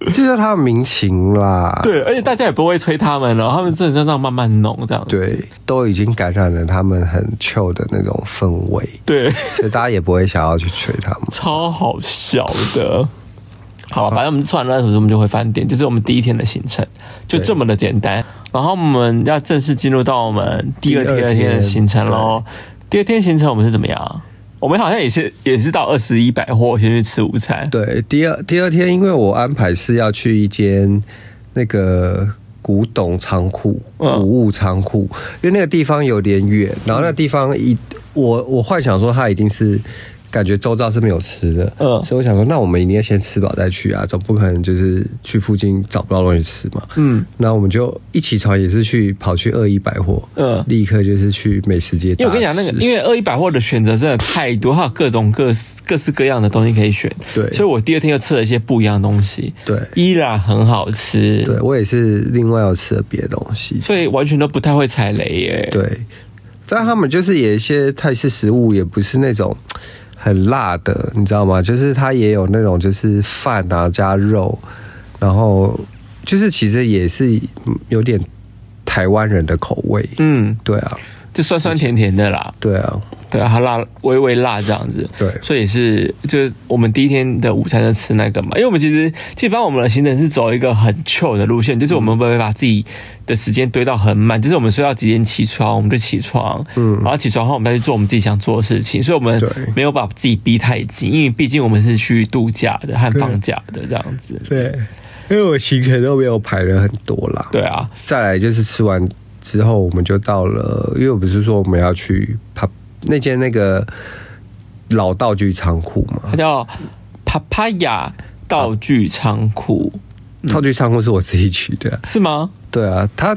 [SPEAKER 3] 这就是他的民情啦。
[SPEAKER 1] 对，而且大家也不会催他们哦，他们真的这样慢慢弄这样子。
[SPEAKER 3] 对，都已经感染了他们很 chill 的那种氛围，
[SPEAKER 1] 对，
[SPEAKER 3] 所以大家也不会想要去催他们。
[SPEAKER 1] 超好笑的。好了，反正我们吃完热吐司，我们就回饭店，这是我们第一天的行程，就这么的简单。然后我们要正式进入到我们第二天
[SPEAKER 3] 第
[SPEAKER 1] 第
[SPEAKER 3] 二
[SPEAKER 1] 二
[SPEAKER 3] 天
[SPEAKER 1] 天的行程喽。第二天行程我们是怎么样？我们好像也是也是到二十一百货先去吃午餐，
[SPEAKER 3] 对，第二第二天，因为我安排是要去一间那个古董仓库、
[SPEAKER 1] 嗯
[SPEAKER 3] 古物仓库，因为那个地方有点远，然后那个地方一我我幻想说它一定是。感觉周遭是没有吃的，
[SPEAKER 1] 嗯
[SPEAKER 3] 所以我想说，那我们一定要先吃饱再去啊，总不可能就是去附近找不到东西吃嘛。
[SPEAKER 1] 嗯，
[SPEAKER 3] 那我们就一起床也是去跑去二一百货，
[SPEAKER 1] 嗯
[SPEAKER 3] 立刻就是去美食街
[SPEAKER 1] 因为
[SPEAKER 3] 大吃。
[SPEAKER 1] 我跟你讲，那个因为二一百货的选择真的太多，它有各种各各式各样的东西可以选。
[SPEAKER 3] 对
[SPEAKER 1] 所以我第二天又吃了一些不一样的东西，
[SPEAKER 3] 对
[SPEAKER 1] 依然很好吃，
[SPEAKER 3] 对我也是另外要吃了别的东西，
[SPEAKER 1] 所以完全都不太会踩雷耶。
[SPEAKER 3] 对，但他们就是有一些泰式食物，也不是那种很辣的，你知道吗？就是它也有那种就是饭啊加肉，然后就是其实也是有点台湾人的口味。
[SPEAKER 1] 嗯，
[SPEAKER 3] 对啊，
[SPEAKER 1] 就酸酸甜甜的啦，
[SPEAKER 3] 对啊，
[SPEAKER 1] 对啊，它辣微微辣这样子，
[SPEAKER 3] 对
[SPEAKER 1] 所以是就是我们第一天的午餐就吃那个嘛，因为我们其实基本上我们的行程是走一个很 chill 的路线，就是我们不会把自己的时间堆到很满，就是我们睡到几点起床我们就起床，嗯，然后起床后我们再去做我们自己想做的事情，所以我们
[SPEAKER 3] 对
[SPEAKER 1] 没有把自己逼太紧，因为毕竟我们是去度假的和放假的这样子，
[SPEAKER 3] 对，因为我行程都没有排了很多啦。
[SPEAKER 1] 对啊，
[SPEAKER 3] 再来就是吃完之后，我们就到了，因为我不是说我们要去帕那间那个老道具仓库嘛
[SPEAKER 1] 它，叫 Papaya 道具仓库，
[SPEAKER 3] 嗯道具仓库是我自己取的，
[SPEAKER 1] 是吗？
[SPEAKER 3] 对啊，他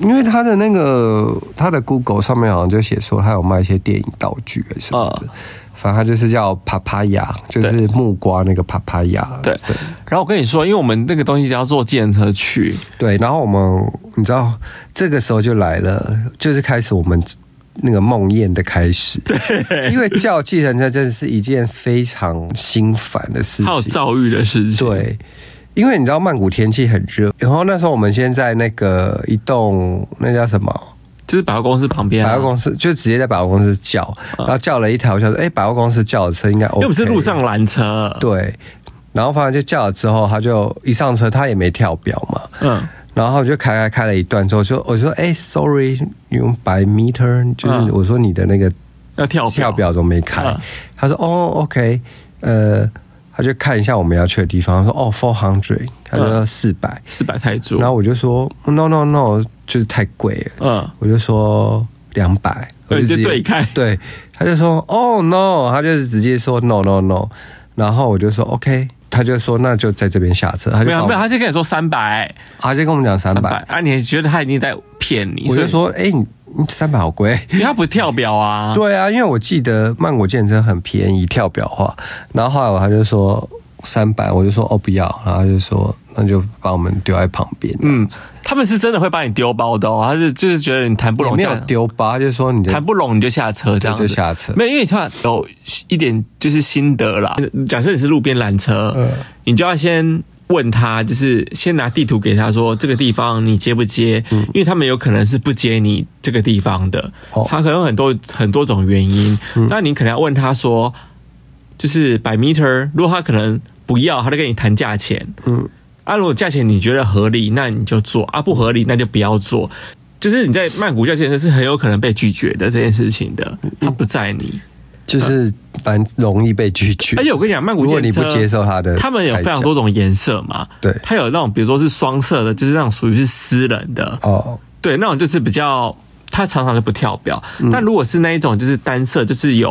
[SPEAKER 3] 因为他的那个他的 Google 上面好像就写说他有卖一些电影道具还是什么的，
[SPEAKER 1] 嗯
[SPEAKER 3] 反正他就是叫 papaya，就是木瓜那个 papaya。
[SPEAKER 1] 对。然后我跟你说，因为我们那个东西要坐计程车去，
[SPEAKER 3] 对，然后我们你知道这个时候就来了，就是开始我们那个梦魇的开始。对，因为叫计程车真的是一件非常心烦的事情。
[SPEAKER 1] 还有遭遇的事情。，
[SPEAKER 3] 嗯对，因为你知道曼谷天气很热，然后那时候我们先在那个一栋那叫什么？
[SPEAKER 1] 就是百货公司旁边、啊，啊
[SPEAKER 3] 百货公司就直接在百货公司叫，然后叫了一台，我想说，哎、百货公司叫的车应该 OK，
[SPEAKER 1] 因为我们是路上啊拦车，
[SPEAKER 3] 对，然后反正就叫了之后，他就一上车，他也没跳表嘛，
[SPEAKER 1] 嗯，
[SPEAKER 3] 然后就开开开了一段之后，就我说，哎、s o r r y 用 by meter，就是
[SPEAKER 1] 嗯
[SPEAKER 3] 我说你的那个
[SPEAKER 1] 要跳
[SPEAKER 3] 跳表怎么没开？
[SPEAKER 1] 嗯
[SPEAKER 3] 他说，哦，OK，呃，他就看一下我们要去的地方，他说，哦，four hundred，他说
[SPEAKER 1] 嗯
[SPEAKER 3] 四百、
[SPEAKER 1] 四百泰铢
[SPEAKER 3] 然，后我就说，no no no，就是太贵了。
[SPEAKER 1] 嗯，
[SPEAKER 3] 我就说两百，我
[SPEAKER 1] 对
[SPEAKER 3] 直接
[SPEAKER 1] 哦就对开
[SPEAKER 3] (laughs) 对，他就说哦 no，他就直接说 no no no，然后我就说 OK，他就说那就在这边下车，他就
[SPEAKER 1] 没有没有，
[SPEAKER 3] 他
[SPEAKER 1] 他就跟你说三百，
[SPEAKER 3] 他就跟我们讲三
[SPEAKER 1] 三百
[SPEAKER 3] 百，
[SPEAKER 1] 啊，你觉得他一定在骗你？
[SPEAKER 3] 我
[SPEAKER 1] 所
[SPEAKER 3] 就
[SPEAKER 1] 以，
[SPEAKER 3] 说哎、你你三百好贵。
[SPEAKER 1] 因为他不跳表啊，
[SPEAKER 3] 对啊，因为我记得曼谷健身很便宜，跳表化。然后后来我他就说三百，我就说哦不要，然后他就说那就把我们丢在旁边。
[SPEAKER 1] 嗯，他们是真的会把你丢包的哦，他是就是觉得你谈不啊
[SPEAKER 3] 也
[SPEAKER 1] 拢
[SPEAKER 3] 没
[SPEAKER 1] 这
[SPEAKER 3] 有
[SPEAKER 1] 样，
[SPEAKER 3] 丢吧，他就说你的
[SPEAKER 1] 谈不拢你就下车这样子，
[SPEAKER 3] 就下车
[SPEAKER 1] 没有，因为你看有一点就是心得啦。假设你是路边拦车，
[SPEAKER 3] 嗯
[SPEAKER 1] 你就要先问他，就是先拿地图给他说这个地方你接不接，
[SPEAKER 3] 嗯
[SPEAKER 1] 因为他们有可能是不接你这个地方的，
[SPEAKER 3] 哦嗯
[SPEAKER 1] 他可能有很多很多种原因。那你可能要问他说，就是百 meter，如果他可能不要，他就跟你谈价钱。嗯，啊，如果价钱你觉得合理，那你就做；啊，不合理那就不要做。就是你在曼谷叫健身是很有可能被拒绝的这件事情的，
[SPEAKER 3] 嗯
[SPEAKER 1] 他不在你。
[SPEAKER 3] 就是蛮容易被拒绝。
[SPEAKER 1] 而且我跟你讲，曼谷
[SPEAKER 3] 如果你
[SPEAKER 1] 健
[SPEAKER 3] 不
[SPEAKER 1] 身
[SPEAKER 3] 接受他的，
[SPEAKER 1] 他们有非常多。种颜色嘛，
[SPEAKER 3] 对
[SPEAKER 1] 它有那种比如说是双色的，就是那种属于是私人的，
[SPEAKER 3] 哦，
[SPEAKER 1] 对，那种就是比较，它常常就不跳表。
[SPEAKER 3] 嗯
[SPEAKER 1] 但如果是那一种就是单色，就是有，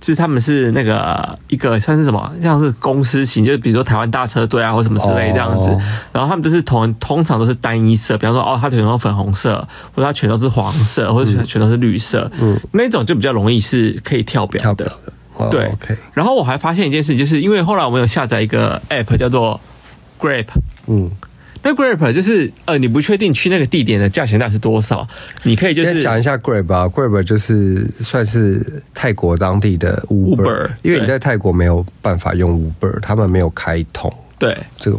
[SPEAKER 1] 就是他们是那个一个算是什么，像是公司型，就是比如说台湾大车队啊或什么之类这样子。
[SPEAKER 3] 哦
[SPEAKER 1] 然后他们就是同通常都是单一色，比方说哦，它全都是粉红色，或者它全都是黄
[SPEAKER 3] 嗯
[SPEAKER 1] 色，或者全全都是绿色，嗯，那种就比较容易是可以跳表
[SPEAKER 3] 跳
[SPEAKER 1] 的。
[SPEAKER 3] 表哦
[SPEAKER 1] 对、
[SPEAKER 3] ，OK，
[SPEAKER 1] 然后我还发现一件事，就是因为后来我们有下载一个 app 叫做 Grape。
[SPEAKER 3] 嗯，
[SPEAKER 1] 那 Grape 就是呃，你不确定去那个地点的价钱到底是多少，你可以就
[SPEAKER 3] 先
[SPEAKER 1] 是
[SPEAKER 3] 讲一下 Grab 吧，Grab 就是算是泰国当地的 Uber，,
[SPEAKER 1] Uber，
[SPEAKER 3] 因为你
[SPEAKER 1] 对
[SPEAKER 3] 在泰国没有办法用 Uber，他们没有开通
[SPEAKER 1] 对，
[SPEAKER 3] 这个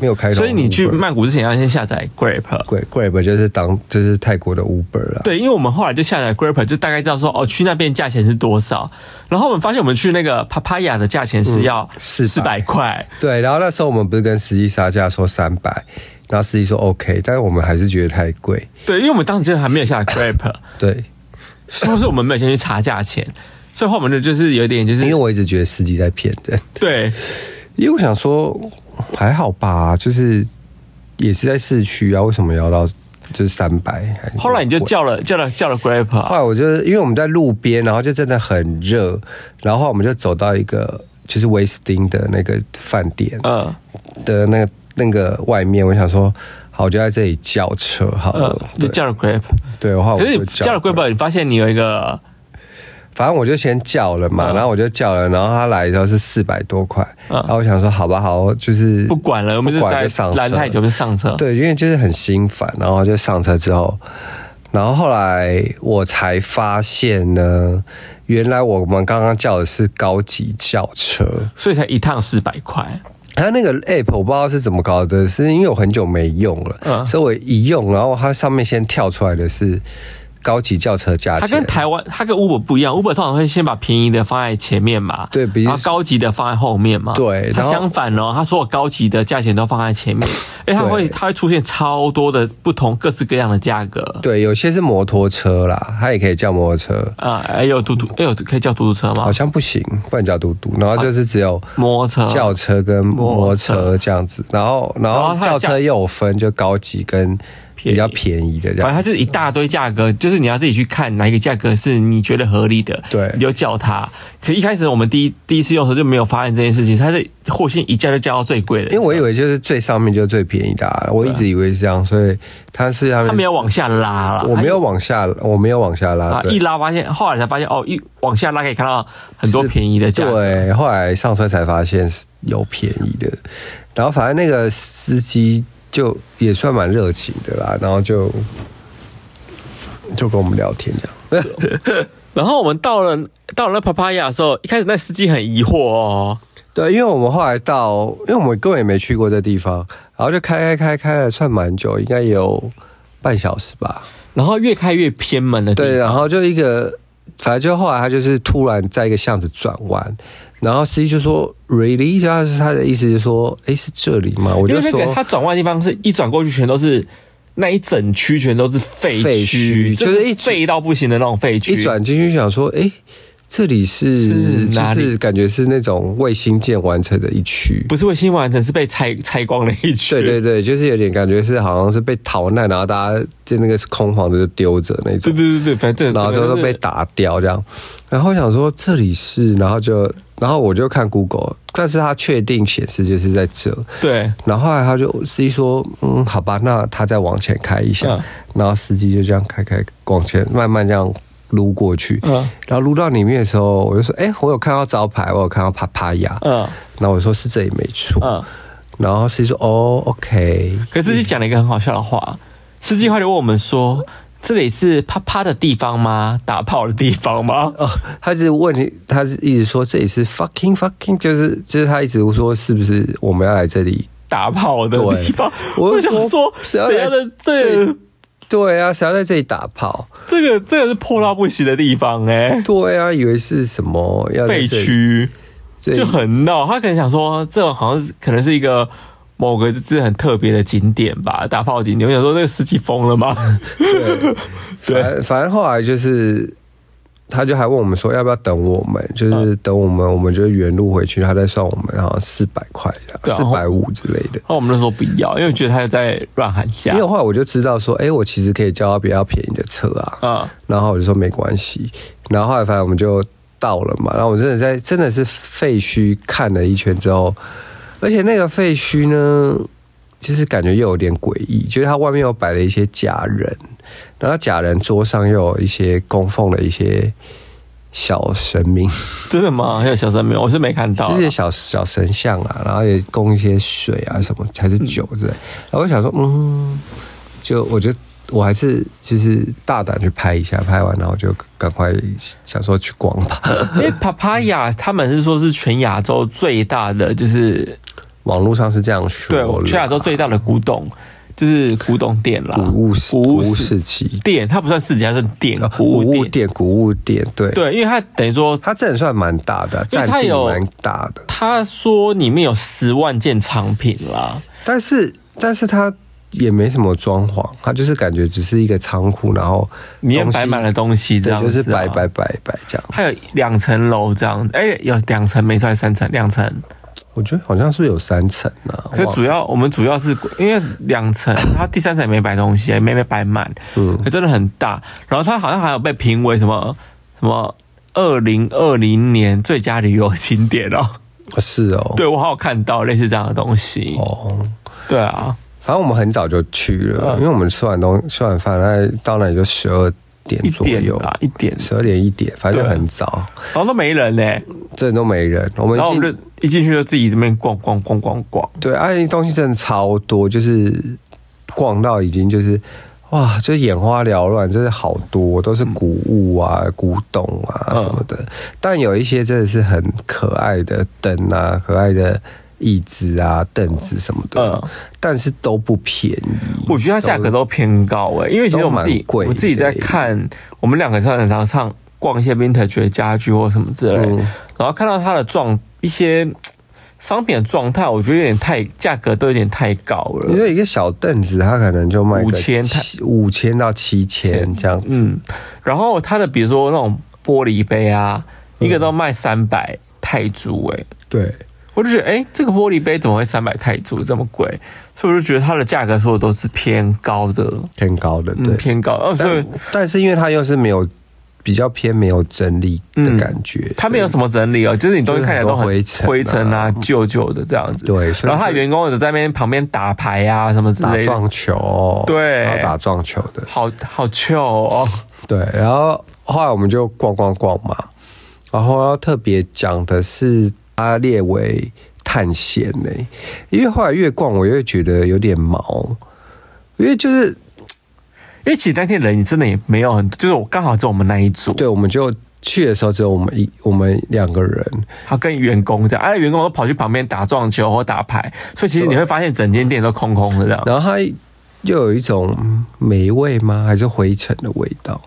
[SPEAKER 3] 没有开通 Uber，
[SPEAKER 1] 所以你去曼谷之前要先下载 Grape。
[SPEAKER 3] Grab Grab 就是当就是泰国的 Uber 啦。
[SPEAKER 1] 对，因为我们后来就下载 Grape，就大概知道说哦，去那边价钱是多少。然后我们发现我们去那个 Papaya 的价钱是要
[SPEAKER 3] 400
[SPEAKER 1] 四百块，
[SPEAKER 3] 对，然后那时候我们不是跟司机杀价说三百，然后司机说 OK，但是我们还是觉得太贵。
[SPEAKER 1] 对，因为我们当时真的还没有下载
[SPEAKER 3] (laughs)
[SPEAKER 1] Grape，
[SPEAKER 3] 对，
[SPEAKER 1] 是不是我们没有先去查价钱？所以后面就就是有点就是
[SPEAKER 3] 因为我一直觉得司机在骗人。
[SPEAKER 1] 对，
[SPEAKER 3] 因为我想说，还好吧，就是也是在市区啊，为什么要到就是三百？还是
[SPEAKER 1] 后来你就
[SPEAKER 3] 贵
[SPEAKER 1] 叫了叫了叫了 Grape，
[SPEAKER 3] 后
[SPEAKER 1] 啊
[SPEAKER 3] 来我就是因为我们在路边，然后就真的很热，然后我们就走到一个就是威斯汀的那个饭店
[SPEAKER 1] 嗯，
[SPEAKER 3] 的那个那个外面，我想说，好，我就在这里叫车好了
[SPEAKER 1] 呃，，就叫了 Grape，
[SPEAKER 3] 对，然后哦我
[SPEAKER 1] 可是
[SPEAKER 3] 就
[SPEAKER 1] 你叫了
[SPEAKER 3] 贵
[SPEAKER 1] Grape，你发现你有一个
[SPEAKER 3] 反正我就先叫了嘛，
[SPEAKER 1] 嗯
[SPEAKER 3] 然后我就叫了，然后他来的时候是四百多块，
[SPEAKER 1] 嗯
[SPEAKER 3] 然后我想说，好吧，好，就是
[SPEAKER 1] 不管了，我们
[SPEAKER 3] 不
[SPEAKER 1] 就
[SPEAKER 3] 管
[SPEAKER 1] 在
[SPEAKER 3] 就上车
[SPEAKER 1] 拦太久，我们就上 (laughs) 车。
[SPEAKER 3] 对，因为就是很心烦，然后就上车之后，然后后来我才发现呢，原来我们刚刚叫的是高级轿车。
[SPEAKER 1] 所以才一趟四百块。
[SPEAKER 3] 它那个 app 我不知道是怎么搞的，是因为我很久没用了，
[SPEAKER 1] 嗯
[SPEAKER 3] 所以我一用，然后它上面先跳出来的是高级轿车价
[SPEAKER 1] 它
[SPEAKER 3] 钱，
[SPEAKER 1] 跟台湾，它跟 Uber 不一样，Uber 通常会先把便宜的放在前面嘛，
[SPEAKER 3] 对比
[SPEAKER 1] 然后高级的放在后面嘛，
[SPEAKER 3] 对
[SPEAKER 1] 它
[SPEAKER 3] 然后
[SPEAKER 1] 相反哦，它所有高级的价钱都放在前面，哎，它会
[SPEAKER 3] 对
[SPEAKER 1] 它会出现超多的不同各式各样的价格，
[SPEAKER 3] 对，有些是摩托车啦，它也可以叫摩托车，
[SPEAKER 1] 啊，哎有嘟嘟，哎有可以叫嘟嘟车吗
[SPEAKER 3] 好？像不行，不能叫嘟嘟，然后就是只有。
[SPEAKER 1] 摩托车
[SPEAKER 3] 轿车跟摩托车这样子，然后然
[SPEAKER 1] 然
[SPEAKER 3] 后
[SPEAKER 1] 后它
[SPEAKER 3] 轿
[SPEAKER 1] 的价
[SPEAKER 3] 车又有分，就高级跟
[SPEAKER 1] 便宜
[SPEAKER 3] 比较便宜的这
[SPEAKER 1] 反正
[SPEAKER 3] 样。
[SPEAKER 1] 它就是一大堆价格，就是你要自己去看哪一个价格是你觉得合理的，
[SPEAKER 3] 对
[SPEAKER 1] 你就叫它。可一开始我们第一第一次用的时候就没有发现这件事情，它是货性一叫就叫到最贵的，
[SPEAKER 3] 因为我以为就是最上面就是最便宜的、啊，我一直以为是这样，所以它是他们
[SPEAKER 1] 它没有往下拉了，
[SPEAKER 3] 我没有往下，我没有往下
[SPEAKER 1] 它
[SPEAKER 3] 拉，
[SPEAKER 1] 啊，
[SPEAKER 3] 对
[SPEAKER 1] 一拉发现，后来才发现哦，一往下拉可以看到很多
[SPEAKER 3] 是
[SPEAKER 1] 便宜的价格，
[SPEAKER 3] 对，后来上车才发现是有便宜的，然后反正那个司机就也算蛮热情的啦，然后就就跟我们聊天这样。
[SPEAKER 1] 然后我们到了到了那帕帕亚的时候，一开始那司机很疑惑哦，
[SPEAKER 3] 对，因为我们后来到，因为我们根本也没去过这地方，然后就开开开开了，算蛮久，应该也有半小时吧。
[SPEAKER 1] 然后越开越偏门的地方，
[SPEAKER 3] 对，啊然后就一个，反正就后来他就是突然在一个巷子转弯，然后司机就说 “really”，就他是他的意思就是说，诶，是这里吗？
[SPEAKER 1] 因
[SPEAKER 3] 我就
[SPEAKER 1] 为那
[SPEAKER 3] 说
[SPEAKER 1] 个它转弯的地方是一转过去全都是。那一整区全都是废
[SPEAKER 3] 废
[SPEAKER 1] 墟，
[SPEAKER 3] 墟
[SPEAKER 1] 这
[SPEAKER 3] 就是一
[SPEAKER 1] 废到不行的那种废墟。
[SPEAKER 3] 一转进去想说，诶，这里
[SPEAKER 1] 是
[SPEAKER 3] 是
[SPEAKER 1] 哪
[SPEAKER 3] 就
[SPEAKER 1] 里
[SPEAKER 3] 是感觉是那种卫星建完成的一区。
[SPEAKER 1] 不是卫星完成，是被拆拆光了一区。
[SPEAKER 3] 对对对，就是有点感觉是好像是被逃难，然后大家在那个空房子就丢着那
[SPEAKER 1] 对
[SPEAKER 3] 种，
[SPEAKER 1] 对对对，反正
[SPEAKER 3] 然后
[SPEAKER 1] 整
[SPEAKER 3] 都
[SPEAKER 1] 个
[SPEAKER 3] 都
[SPEAKER 1] 是
[SPEAKER 3] 被打掉这样。然后我想说这里是，然后就然后我就看 Google，但是它确定显示就是在这。
[SPEAKER 1] 对，
[SPEAKER 3] 然后后来他就司机说，嗯，好吧，那他再往前开一下，
[SPEAKER 1] 嗯
[SPEAKER 3] 然后司机就这样开开往前，慢慢这样撸过去，
[SPEAKER 1] 嗯
[SPEAKER 3] 然后撸到里面的时候，我就说，哎、我有看到招牌，我有看到帕帕亚，
[SPEAKER 1] 嗯
[SPEAKER 3] 那、我说是这里没错，
[SPEAKER 1] 嗯。
[SPEAKER 3] 然后司机说，哦，OK，
[SPEAKER 1] 可是司机讲了一个很好笑的话，司机后来问我们说：“这里是啪啪的地方吗？打炮的地方吗
[SPEAKER 3] 哦，他是问你，他是一直说这里是 fucking fucking，就是就是他一直说是不是我们要来这里？？”
[SPEAKER 1] 打炮的
[SPEAKER 3] 对
[SPEAKER 1] 地方，
[SPEAKER 3] 我
[SPEAKER 1] 我想说，谁
[SPEAKER 3] 谁要
[SPEAKER 1] 要
[SPEAKER 3] 来
[SPEAKER 1] 的这个
[SPEAKER 3] 对啊，谁要在这里打炮？
[SPEAKER 1] 这个这个是破到不行的地方哎、
[SPEAKER 3] 对啊，以为是什么要在
[SPEAKER 1] 废
[SPEAKER 3] 这里，
[SPEAKER 1] 墟
[SPEAKER 3] 这里
[SPEAKER 1] 就很闹。他可能想说，这好像是可能是一个某个就是很特别的景点吧，打炮景点。我想说，那个司机疯了 (laughs) 吗？
[SPEAKER 3] 对，
[SPEAKER 1] 对
[SPEAKER 3] 反反正后来就是，他就还问我们说要不要等我们，
[SPEAKER 1] 啊
[SPEAKER 3] 就是等我们，我们就原路回去，他再算我们好像四百块
[SPEAKER 1] 对啊
[SPEAKER 3] 四百五之类的。
[SPEAKER 1] 然后我们就说不要，因为觉得他在乱喊价
[SPEAKER 3] 因为。后来我就知道说，哎、我其实可以叫到比较便宜的车啊。
[SPEAKER 1] 啊、
[SPEAKER 3] 然后我就说没关系，然后后来反正我们就到了嘛，然后我真的在真的是废墟看了一圈之后，而且那个废墟呢，就是感觉又有点诡异，就是它外面有摆了一些假人，然后假人桌上又有一些供奉的一些小神明，
[SPEAKER 1] 真的吗？还有小生没有？我是没看到啊。
[SPEAKER 3] 就
[SPEAKER 1] (laughs)
[SPEAKER 3] 是小小神像啊，然后也供一些水啊什么，还是酒
[SPEAKER 1] 嗯
[SPEAKER 3] 之类。然后我想说，嗯，就我觉得我还是就是大胆去拍一下，拍完然后就赶快想说去逛吧。
[SPEAKER 1] 因为 Papaya 他们是说是全亚洲最大的，就是
[SPEAKER 3] 网络上是这样说
[SPEAKER 1] 对
[SPEAKER 3] 啦，
[SPEAKER 1] 全亚洲最大的古董，就是古董店啦，
[SPEAKER 3] 古物市
[SPEAKER 1] 古
[SPEAKER 3] 古
[SPEAKER 1] 物
[SPEAKER 3] 物
[SPEAKER 1] 市
[SPEAKER 3] 市集，
[SPEAKER 1] 店，它不算市集，它是店，古
[SPEAKER 3] 古物
[SPEAKER 1] 物店。
[SPEAKER 3] 店古物店，对，
[SPEAKER 1] 对，因为它等于说，
[SPEAKER 3] 它真的算蛮大的，啊
[SPEAKER 1] 因为
[SPEAKER 3] 占
[SPEAKER 1] 它
[SPEAKER 3] 地
[SPEAKER 1] 有
[SPEAKER 3] 蛮大的，
[SPEAKER 1] 他说里面有十万件藏品啦，
[SPEAKER 3] 但是但是它。也没什么装潢，它就是感觉只是一个仓库，然后
[SPEAKER 1] 里面
[SPEAKER 3] 东西
[SPEAKER 1] 摆满了东西，这
[SPEAKER 3] 对，
[SPEAKER 1] 样子、啊
[SPEAKER 3] 就是摆摆。摆摆这样。
[SPEAKER 1] 它有两层楼这样，哎、有两层没错，还是三层，两层。
[SPEAKER 3] 我觉得好像是有三层啊，
[SPEAKER 1] 可是主要我们主要是因为两层，它第三层也没摆东西，也没被摆满，嗯，真的很大。然后它好像还有被评为什么什么二零二零年最佳旅游景点哦。
[SPEAKER 3] 要是哦，
[SPEAKER 1] 对我好像有看到类似这样的东西。
[SPEAKER 3] 哦，
[SPEAKER 1] 对啊，
[SPEAKER 3] 反正我们很早就去了，
[SPEAKER 1] 嗯
[SPEAKER 3] 因为我们吃完东吃完饭，大概到那里就十二点
[SPEAKER 1] 一
[SPEAKER 3] 左
[SPEAKER 1] 点
[SPEAKER 3] 右，
[SPEAKER 1] 啊，一点，
[SPEAKER 3] 十二点一点，反正
[SPEAKER 1] 对
[SPEAKER 3] 很早，
[SPEAKER 1] 然后都没人呢、
[SPEAKER 3] 这里都没人。我们
[SPEAKER 1] 然后我
[SPEAKER 3] 已
[SPEAKER 1] 们
[SPEAKER 3] 经
[SPEAKER 1] 就一进去就自己这边逛逛逛逛逛，
[SPEAKER 3] 对，哎，东西真的超多，就是逛到已经就是。哇，就是眼花缭乱，就是好多都是古物啊、古董啊什么的，但有一些真的是很可爱的灯啊、可爱的椅子啊、凳子什么的，
[SPEAKER 1] 嗯
[SPEAKER 3] 但是都不便宜。
[SPEAKER 1] 我觉得它价格都偏高诶、因为其实我们自己
[SPEAKER 3] 都蛮
[SPEAKER 1] 我
[SPEAKER 3] 贵的
[SPEAKER 1] 们自己在看，我们两个上常上逛一些 vintage 的家具或什么之类，
[SPEAKER 3] 嗯
[SPEAKER 1] 然后看到它的状一些嘖商品的状态，我觉得有点太价格都有点太高
[SPEAKER 3] 你
[SPEAKER 1] 了。
[SPEAKER 3] 说一个小凳子，它可能就卖个
[SPEAKER 1] 5000
[SPEAKER 3] 七五千到七千这样子，
[SPEAKER 1] 嗯，然后它的比如
[SPEAKER 3] 嗯
[SPEAKER 1] 说那种玻璃杯啊，一个都卖三百泰铢诶、
[SPEAKER 3] 对，
[SPEAKER 1] 我我就觉得，哎、这个玻璃杯怎么会三百泰铢这么贵？所以我就觉得它的价格所有都是偏高的，
[SPEAKER 3] 偏高的，对
[SPEAKER 1] 嗯，。偏高。呃，所以
[SPEAKER 3] 但但是因为它又是没有比较偏没有整理的感觉，
[SPEAKER 1] 它嗯没有什么整理哦，就是你东西看起来都很
[SPEAKER 3] 就是很多
[SPEAKER 1] 灰
[SPEAKER 3] 灰尘
[SPEAKER 1] 尘
[SPEAKER 3] 啊
[SPEAKER 1] 啊、旧旧的这样子。
[SPEAKER 3] 对所以
[SPEAKER 1] 然后他的
[SPEAKER 3] 是
[SPEAKER 1] 员工有在那边旁边打牌啊什么之
[SPEAKER 3] 打
[SPEAKER 1] 类的，
[SPEAKER 3] 撞球，
[SPEAKER 1] 对
[SPEAKER 3] 然后打撞球的，
[SPEAKER 1] 好好旧哦。 (laughs)
[SPEAKER 3] 对。然后后来我们就逛逛逛嘛，然后要特别讲的是它列为探险呢、因为后来越逛我越觉得有点毛，因为就是
[SPEAKER 1] 因为其实那天人也真的也没有很，就是我刚好只有我们那一组，
[SPEAKER 3] 对，我们就去的时候只有我们一我们两个人，
[SPEAKER 1] 他跟员工这样，哎、员工都跑去旁边打撞球或打牌，所以其实你会发现整间店都空空的这样。
[SPEAKER 3] 然后它又有一种嗯霉味吗？还是灰尘的味道？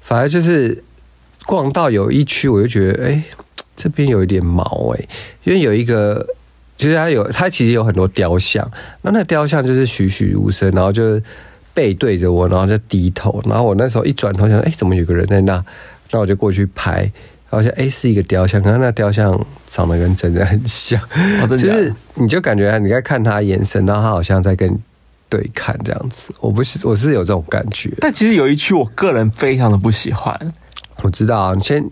[SPEAKER 3] 反正就是逛到有一区，我就觉得，哎、这边有一点毛哎、因为有一个，就是它有，它其实有很多雕像，那那雕像就是栩栩如生，然后就是背对着我，然后就低头，然后我那时候一转头想，哎、怎么有个人在那？那我就过去拍。然后就哎、是一个雕像，可是那雕像长得跟真人很像，
[SPEAKER 1] 哦真的
[SPEAKER 3] 就
[SPEAKER 1] 假的
[SPEAKER 3] 是你就感觉你在看他眼神，然后他好像在跟你对看这样子。我不是我是有这种感觉，
[SPEAKER 1] 但其实有一区我个人非常的不喜欢，
[SPEAKER 3] 我知道啊，你先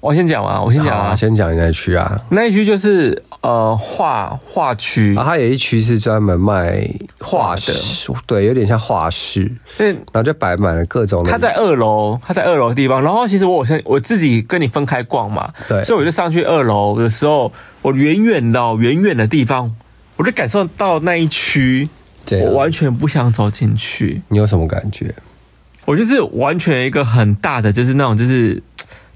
[SPEAKER 1] 我先讲完，我先讲
[SPEAKER 3] 好
[SPEAKER 1] 完。
[SPEAKER 3] 啊，先讲你那区啊。
[SPEAKER 1] 那一区就是呃画画区，
[SPEAKER 3] 然后它有一区是专门卖画室，对，有点像画室，
[SPEAKER 1] 因为
[SPEAKER 3] 然后就摆满了各种的。
[SPEAKER 1] 他在二楼，他在二楼的地方。然后其实我先我自己跟你分开逛嘛，
[SPEAKER 3] 对
[SPEAKER 1] 所以我就上去二楼的时候，我远远的哦、远远的地方，我就感受到那一区，
[SPEAKER 3] 这样
[SPEAKER 1] 我完全不想走进去。
[SPEAKER 3] 你有什么感觉？
[SPEAKER 1] 我就是完全一个很大的，就是那种就是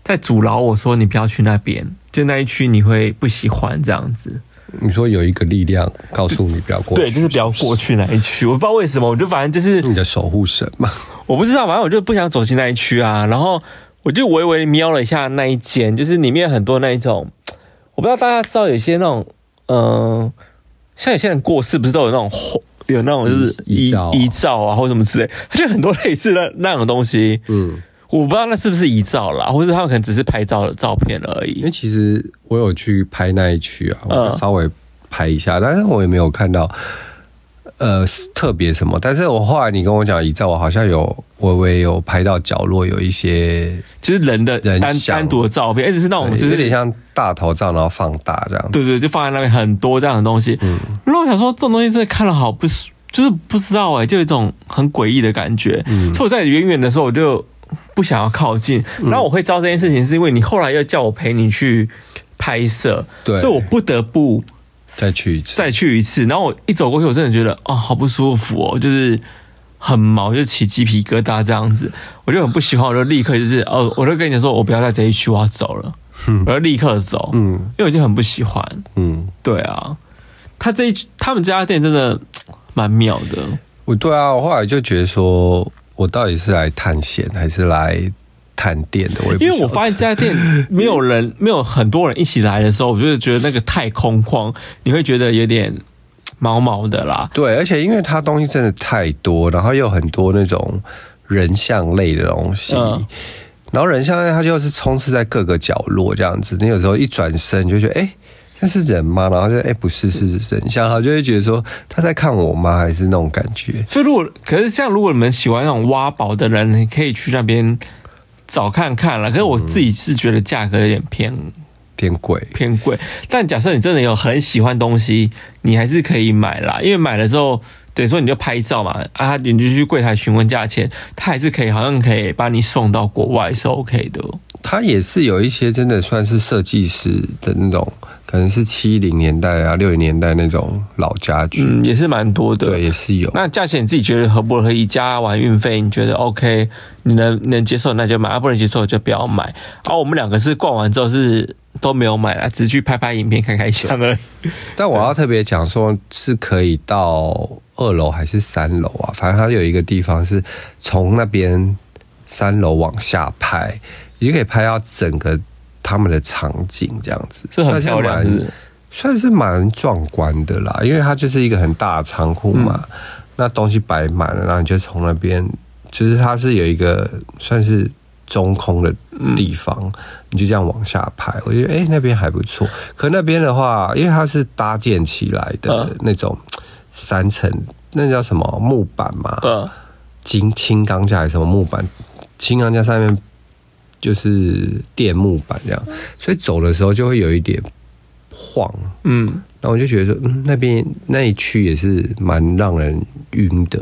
[SPEAKER 1] 在阻挠我说你不要去那边，就那一区你会不喜欢这样子。
[SPEAKER 3] 你说有一个力量告诉你不要过去，
[SPEAKER 1] 对，就是不要过去那一区。我不知道为什么，我就反正就是
[SPEAKER 3] 你的守护神嘛。
[SPEAKER 1] 我不知道，反正我就不想走进那一区啊。然后我就微微瞄了一下那一间，就是里面很多那一种，我不知道大家知道有些那种，嗯、像有些人过世不是都有那种红有那种就是遗
[SPEAKER 3] 遗遗照啊
[SPEAKER 1] 遗照啊，或什么之类，它就很多类似的那种东西。
[SPEAKER 3] 嗯，
[SPEAKER 1] 我不知道那是不是遗照啦，或者他们可能只是拍照的照片而
[SPEAKER 3] 因为
[SPEAKER 1] 已。
[SPEAKER 3] 其实我有去拍那一区啊，
[SPEAKER 1] 嗯
[SPEAKER 3] 我就稍微拍一下，但是我也没有看到呃特别什么。但是我后来你跟我讲遗照，我好像有微微有拍到角落有一些，
[SPEAKER 1] 就是人的
[SPEAKER 3] 人
[SPEAKER 1] 单
[SPEAKER 3] 像
[SPEAKER 1] 单独的照片，而且是那种哦就
[SPEAKER 3] 对
[SPEAKER 1] 是
[SPEAKER 3] 有点像大头照，然后放大这样子。
[SPEAKER 1] 对对，就放在那边很多这样的东西。然后我想说，这种东西真的看了好不舒，就是不知道哎、就有一种很诡异的感觉。所以我在远远的时候，我就不想要靠近。然后我会知道这件事情，是因为你后来又叫我陪你去拍摄，
[SPEAKER 3] 对
[SPEAKER 1] 所以我不得不
[SPEAKER 3] 再去一次，
[SPEAKER 1] 再去一次。然后我一走过去，我真的觉得哦，好不舒服哦，就是。很毛，就起鸡皮疙瘩这样子，我就很不喜欢，我就立刻就是哦，我就跟你讲说，我不要在这一区，我要走了，我就立刻走，嗯，因为我就很不喜欢，
[SPEAKER 3] 嗯，
[SPEAKER 1] 对啊，他这一他们这家店真的蛮妙的，
[SPEAKER 3] 我对啊，我后来就觉得说我到底是来探险还是来探店的？我也不
[SPEAKER 1] 因为我
[SPEAKER 3] 晓得
[SPEAKER 1] 发现这家 (laughs) 店没有人，没有很多人一起来的时候，我就觉得那个太空旷，你会觉得有点毛毛的啦。
[SPEAKER 3] 对，而且因为它东西真的太多，然后又有很多那种人像类的东西，
[SPEAKER 1] 嗯
[SPEAKER 3] 然后人像类它就是充斥在各个角落这样子。你有时候一转身你就觉得，哎、那是人吗？然后就哎、诶不是，是人像，然后就会觉得说他在看我吗？还是那种感觉？
[SPEAKER 1] 所以如果可是像如果你们喜欢那种挖宝的人，你可以去那边找看看啦。可是我自己是觉得价格有点偏
[SPEAKER 3] 变贵，
[SPEAKER 1] 偏贵，但假设你真的有很喜欢东西，你还是可以买啦，因为买了之后，等于说你就拍照嘛，啊，你就去柜台询问价钱，他还是可以，好像可以把你送到国外是 OK 的。
[SPEAKER 3] 它也是有一些真的算是设计师的那种，可能是七零年代啊、六零年代那种老家具，
[SPEAKER 1] 嗯，也是蛮多的。
[SPEAKER 3] 对，也是有。
[SPEAKER 1] 那价钱你自己觉得合不合理？加完运费你觉得 OK，你能能接受那就买，啊不能接受就不要买。啊，我们两个是逛完之后是都没有买啦，只是去拍拍影片看看相而已。
[SPEAKER 3] 但我要特别讲说，是可以到二楼还是三楼啊？反正它有一个地方是从那边三楼往下拍，你就可以拍到整个他们的场景这样子，
[SPEAKER 1] 是很漂亮
[SPEAKER 3] 算
[SPEAKER 1] 是
[SPEAKER 3] 是
[SPEAKER 1] 不
[SPEAKER 3] 蛮
[SPEAKER 1] 是
[SPEAKER 3] 算是蛮壮观的啦。因为它就是一个很大的仓库嘛，
[SPEAKER 1] 嗯
[SPEAKER 3] 那东西摆满了，然后你就从那边，就是它是有一个算是中空的地方，
[SPEAKER 1] 嗯
[SPEAKER 3] 你就这样往下拍，我觉得哎、诶那边还不错。可那边的话，因为它是搭建起来的
[SPEAKER 1] 嗯
[SPEAKER 3] 那种三层，那叫什么木板嘛，
[SPEAKER 1] 嗯
[SPEAKER 3] 金轻钢架还是什么木板，轻钢架上面就是垫木板这样，所以走的时候就会有一点晃。
[SPEAKER 1] 嗯，
[SPEAKER 3] 然后我就觉得说，嗯，那边那一区也是蛮让人晕
[SPEAKER 1] (laughs)
[SPEAKER 3] 的，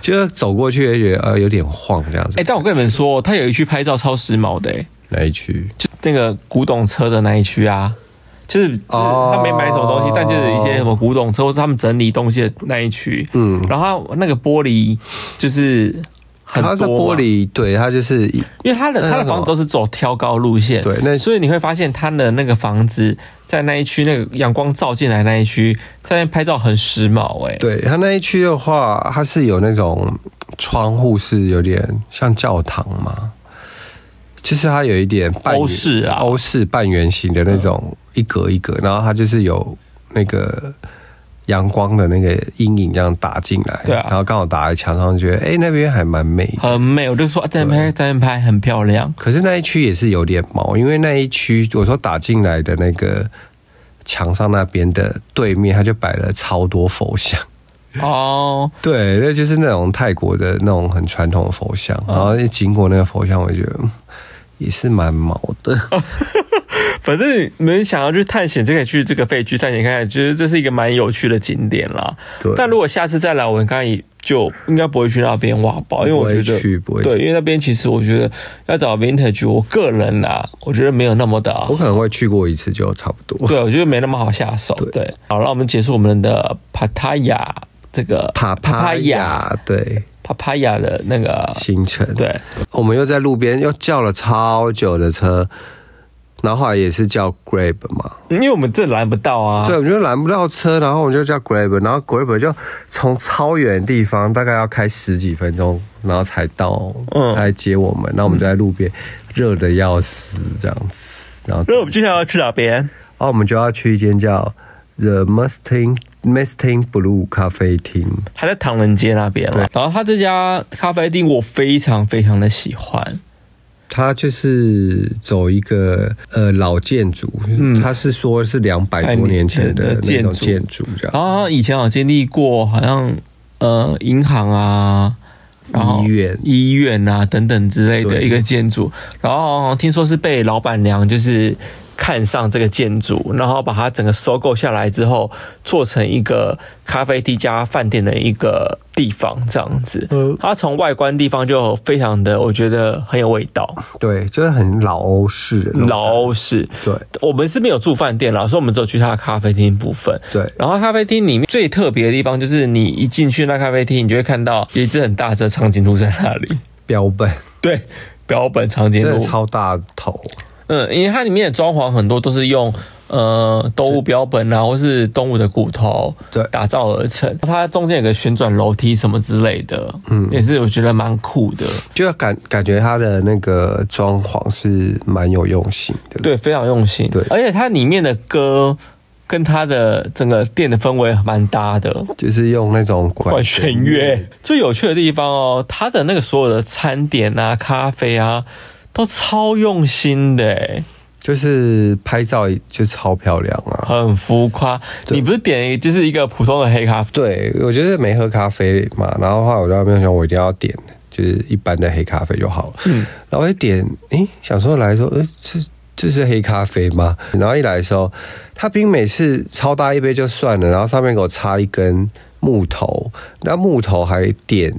[SPEAKER 3] 就是走过去也觉得呃有点晃这样子。
[SPEAKER 1] 哎、但我跟你们说，他有一区拍照超时髦的、欸，
[SPEAKER 3] 那一区
[SPEAKER 1] 就那个古董车的那一区啊，就是就是
[SPEAKER 3] 哦
[SPEAKER 1] 他没买什么东西，但就是一些什么古董车或者他们整理东西的那一区，嗯，然后他那个玻璃就是很
[SPEAKER 3] 它是
[SPEAKER 1] 多
[SPEAKER 3] 玻
[SPEAKER 1] 嘛。
[SPEAKER 3] 璃，对，它就是一
[SPEAKER 1] 因为他的
[SPEAKER 3] 那叫
[SPEAKER 1] 他的
[SPEAKER 3] 什么
[SPEAKER 1] 房子都是走挑高路线，
[SPEAKER 3] 对那
[SPEAKER 1] 所以你会发现他的那个房子在那一区，那个阳光照进来那一区，在那边拍照很时髦哎、欸，
[SPEAKER 3] 对它那一区的话，它是有那种窗户是有点像教堂嘛，就是它有一点半圆
[SPEAKER 1] 欧式啊
[SPEAKER 3] 欧式半圆形的那种一格一格，然后它就是有那个阳光的那个阴影这样打进来，
[SPEAKER 1] 对啊
[SPEAKER 3] 然后刚好打在墙上，觉得哎、那边还蛮美的。
[SPEAKER 1] 很美。我就说啊在那边拍，在那边拍很漂
[SPEAKER 3] (laughs)
[SPEAKER 1] 亮，
[SPEAKER 3] 可是那一区也是有点毛，因为那一区我说打进来的那个墙上那边的对面，它就摆了超多佛像。
[SPEAKER 1] 哦，
[SPEAKER 3] 对，那就是那种泰国的那种很传统的佛像，然后一经过那个佛像，我觉得嗯也是蛮毛的。 (laughs)
[SPEAKER 1] 反正你们想要去探险，就可以去这个废墟探险看看，觉得这是一个蛮有趣的景点啦。
[SPEAKER 3] 对
[SPEAKER 1] 但如果下次再来，我们刚才就应该不会去那边挖宝，因为我觉
[SPEAKER 3] 不会
[SPEAKER 1] 得
[SPEAKER 3] 去不会去
[SPEAKER 1] 对，因为那边其实我觉得要找 vintage，我个人啦、我觉得没有那么的
[SPEAKER 3] 我可能会去过一次就差不多。
[SPEAKER 1] 对，我觉得没那么好下手。对，好，那我们结束我们的帕塔亚这个
[SPEAKER 3] 帕帕亚对
[SPEAKER 1] 帕帕亚的那个
[SPEAKER 3] 行程，
[SPEAKER 1] 对，
[SPEAKER 3] 我们又在路边又叫了超久的车，然后后来也是叫 Grab 嘛，
[SPEAKER 1] 因为我们这拦不到啊。
[SPEAKER 3] 对，我们就拦不到车，然后我们就叫 Grab，然后 Grab 就从超远的地方，大概要开十几分钟，然后才到，
[SPEAKER 1] 嗯
[SPEAKER 3] 才来接我们。然后我们就在路边热的要死，这样子。然后，
[SPEAKER 1] 那我们接下来要去哪边？
[SPEAKER 3] 哦，我们就要去一间叫 The Mustang Mustang Blue 咖啡厅。
[SPEAKER 1] 他在唐人街那边了。然后他这家咖啡厅我非常非常的喜欢，
[SPEAKER 3] 它就是走一个呃老建筑，它是说是两百多年前的
[SPEAKER 1] 百年
[SPEAKER 3] 那
[SPEAKER 1] 前的嗯哎建
[SPEAKER 3] 种建筑这样。
[SPEAKER 1] 然后他以前有经历过好像呃银行啊。然后
[SPEAKER 3] 医院
[SPEAKER 1] 医院啊等等之类的
[SPEAKER 3] 对
[SPEAKER 1] 一个建筑，然后好像听说是被老板娘就是看上这个建筑，然后把它整个收购下来之后，做成一个咖啡地加饭店的一个地方这样子。
[SPEAKER 3] 嗯
[SPEAKER 1] 它从外观地方就非常的，我觉得很有味道，
[SPEAKER 3] 对，就是很老欧式的那种
[SPEAKER 1] 老欧式。
[SPEAKER 3] 对
[SPEAKER 1] 我们是没有住饭店啦，所以我们只有去它的咖啡厅部分。
[SPEAKER 3] 对
[SPEAKER 1] 然后咖啡厅里面最特别的地方就是，你一进去那咖啡厅，你就会看到有一只很大只的长颈鹿在那里。 (laughs)
[SPEAKER 3] 标本，
[SPEAKER 1] 对，标本长颈
[SPEAKER 3] 真的
[SPEAKER 1] 鹿。
[SPEAKER 3] 超大头。
[SPEAKER 1] 嗯，因为它里面的装潢很多都是用呃动物标本啊，或是动物的骨头
[SPEAKER 3] 对
[SPEAKER 1] 打造而成。它中间有个旋转楼梯什么之类的，嗯，也是我觉得蛮酷的。
[SPEAKER 3] 就感感觉它的那个装潢是蛮有用心的。，
[SPEAKER 1] 对，非常用心。
[SPEAKER 3] 对
[SPEAKER 1] 而且它里面的歌跟它的整个店的氛围蛮搭的。
[SPEAKER 3] 就是用那种
[SPEAKER 1] 管
[SPEAKER 3] 管
[SPEAKER 1] 弦乐。最有趣的地方哦，它的那个所有的餐点啊、咖啡啊，都超用心的欸，
[SPEAKER 3] 就是拍照就超漂亮啊。
[SPEAKER 1] 很浮夸。你不是点就是一个普通的黑咖啡，
[SPEAKER 3] 对，我觉得没喝咖啡嘛，然后后来我在那边想，我一定要点就是一般的黑咖啡就好了。嗯，然后我一点，诶，小时候来说，呃，这这是黑咖啡吗？然后一来的时候，它冰美式超大一杯就算了，然后上面给我插一根木头，那木头还点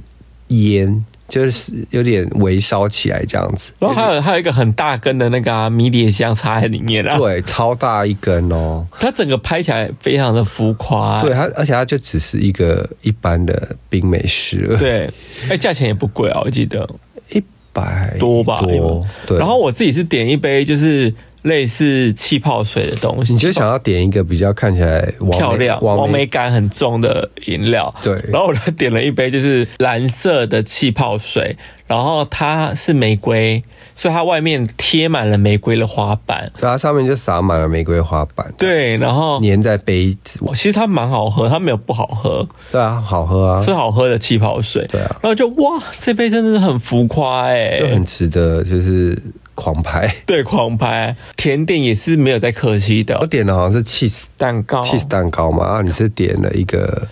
[SPEAKER 3] 烟，就是有点微烧起来这样子。
[SPEAKER 1] 然后还有还有一个很大根的那个、啊、迷迭香插在里面啊，
[SPEAKER 3] 对，超大一根哦。
[SPEAKER 1] 它整个拍起来非常的浮夸、啊
[SPEAKER 3] 对它，而且它就只是一个一般的冰美式了，
[SPEAKER 1] 对，哎，价钱也不贵啊，我记得
[SPEAKER 3] 一百
[SPEAKER 1] 多吧，
[SPEAKER 3] 哎多
[SPEAKER 1] 100
[SPEAKER 3] 对，
[SPEAKER 1] 然后我自己是点一杯就是类似气泡水的东西。
[SPEAKER 3] 你就想要点一个比较看起来完美
[SPEAKER 1] 漂亮、
[SPEAKER 3] 完
[SPEAKER 1] 完美感很重的饮料。
[SPEAKER 3] 对
[SPEAKER 1] 然后我就点了一杯就是蓝色的气泡水，然后它是玫瑰，所以它外面贴满了玫瑰的花瓣。
[SPEAKER 3] 它啊上面就撒满了玫瑰花瓣，，
[SPEAKER 1] 对，哦然后
[SPEAKER 3] 粘在杯子，
[SPEAKER 1] 哦其实它蛮好喝，它没有不好喝，
[SPEAKER 3] 对啊，好喝啊，
[SPEAKER 1] 是好喝的气泡水。
[SPEAKER 3] 对啊
[SPEAKER 1] 然后就哇，这杯真的是很浮夸哎、
[SPEAKER 3] 就很值得就是狂拍。
[SPEAKER 1] 对狂拍。甜点也是没有在客气
[SPEAKER 3] 我
[SPEAKER 1] 的，
[SPEAKER 3] 点的好像是 cheese
[SPEAKER 1] 蛋糕、
[SPEAKER 3] cheese 蛋糕嘛，啊，你是点了一个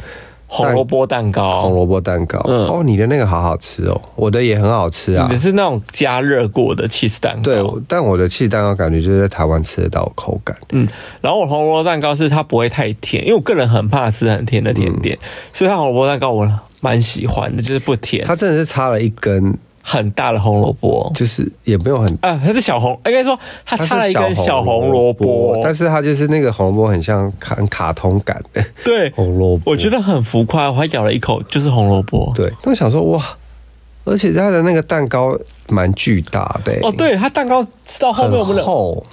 [SPEAKER 1] 红萝卜蛋糕、
[SPEAKER 3] 红萝卜蛋糕，
[SPEAKER 1] 哦嗯
[SPEAKER 3] 哦，你的那个好好吃哦，我的也很好吃啊
[SPEAKER 1] 你的。是哦那种加热过的 cheese 蛋糕，
[SPEAKER 3] 对，但我的 cheese 蛋糕感觉就是在台湾吃得到的口感，
[SPEAKER 1] 嗯，然后我红萝卜蛋糕是它不会太甜，因为我个人很怕吃很甜的甜
[SPEAKER 3] 嗯
[SPEAKER 1] 点，所以它红萝卜蛋糕我蛮喜欢的，就是不甜，
[SPEAKER 3] 它真的是插了一根，
[SPEAKER 1] 很大的红萝卜
[SPEAKER 3] 就是也没有很
[SPEAKER 1] 啊，它是小红，应该说它
[SPEAKER 3] 它
[SPEAKER 1] 插了
[SPEAKER 3] 是
[SPEAKER 1] 一根小红萝卜，
[SPEAKER 3] 但是它就是那个红萝卜很像 (laughs) 卡卡通感的
[SPEAKER 1] 对，
[SPEAKER 3] (laughs) 红萝卜。
[SPEAKER 1] 我觉得很浮夸，我还咬了一口就是红萝卜，
[SPEAKER 3] 对，但我想说哇，而且它的那个蛋糕蛮巨大的、欸
[SPEAKER 1] 哦，，对，它蛋糕吃到后
[SPEAKER 3] 很
[SPEAKER 1] 面我们的，
[SPEAKER 3] 厚。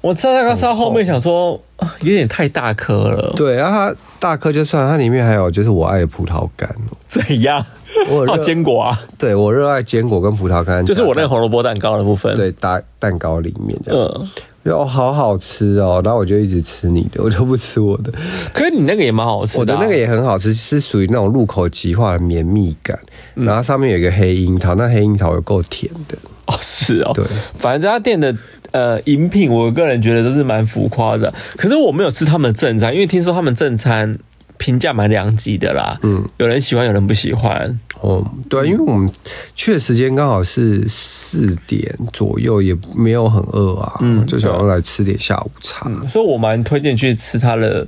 [SPEAKER 1] 我吃到蛋糕吃到后面
[SPEAKER 3] 很
[SPEAKER 1] 想说啊有点太大颗了，
[SPEAKER 3] 对，然后它大颗就算了，它里面还有就是我爱的葡萄干，
[SPEAKER 1] 怎样？
[SPEAKER 3] 我
[SPEAKER 1] (laughs) 哦，
[SPEAKER 3] 热
[SPEAKER 1] 坚果啊，
[SPEAKER 3] 对我热爱坚果跟葡萄干，
[SPEAKER 1] 就是我那个红萝卜蛋糕的部分，，
[SPEAKER 3] 对打蛋糕里面这样，
[SPEAKER 1] 嗯。
[SPEAKER 3] 就哦好好吃哦，然后我就一直吃你的，我就不吃我的，
[SPEAKER 1] 可是你那个也蛮好吃
[SPEAKER 3] 我
[SPEAKER 1] 的
[SPEAKER 3] 的
[SPEAKER 1] 啊、
[SPEAKER 3] 那个也很好吃，是属于那种入口即化的绵密感，
[SPEAKER 1] 嗯
[SPEAKER 3] 然后上面有一个黑樱桃，那黑樱桃有够甜的，
[SPEAKER 1] 哦，是哦，
[SPEAKER 3] 对，
[SPEAKER 1] 反正这家店的呃饮品，我个人觉得都是蛮浮夸的。可是我没有吃他们的正餐，因为听说他们正餐评价蛮两极的啦，嗯，有人喜欢，有人不喜欢。
[SPEAKER 3] 哦，对，因为我们去的时间刚好是四点左右，也没有很饿啊，
[SPEAKER 1] 嗯
[SPEAKER 3] 就想要来吃点下午茶。
[SPEAKER 1] 所以我蛮推荐去吃他的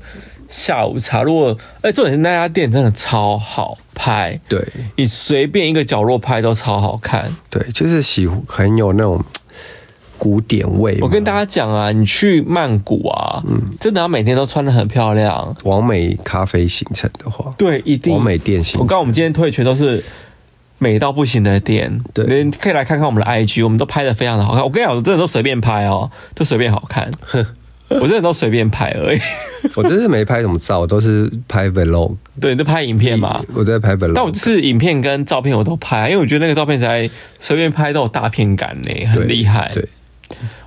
[SPEAKER 1] 下午茶。如果哎、重点是那家店真的超好拍，
[SPEAKER 3] 对
[SPEAKER 1] 你随便一个角落拍都超好看。
[SPEAKER 3] 对，就是喜很有那种古典味嘛。
[SPEAKER 1] 我跟大家讲啊，你去曼谷啊，嗯，真的要每天都穿的很漂亮，
[SPEAKER 3] 完美咖啡行程的话，
[SPEAKER 1] 对，一定
[SPEAKER 3] 完美店行
[SPEAKER 1] 我
[SPEAKER 3] 程
[SPEAKER 1] 告诉我们今天推的全都是美到不行的店，
[SPEAKER 3] 对
[SPEAKER 1] 你可以来看看我们的 IG，我们都拍的非常的好看。我跟你讲，我真的都随便拍哦，就随便好看，我真的都随便拍而已。 (laughs)
[SPEAKER 3] 我真是没拍什么照，我都是拍 vlog
[SPEAKER 1] 对，你都拍影片嘛。
[SPEAKER 3] 我在拍 vlog。
[SPEAKER 1] 但我就是影片跟照片我都拍，因为我觉得那个照片才随便拍都有大片感呢，
[SPEAKER 3] 对
[SPEAKER 1] 很厉害。
[SPEAKER 3] 对，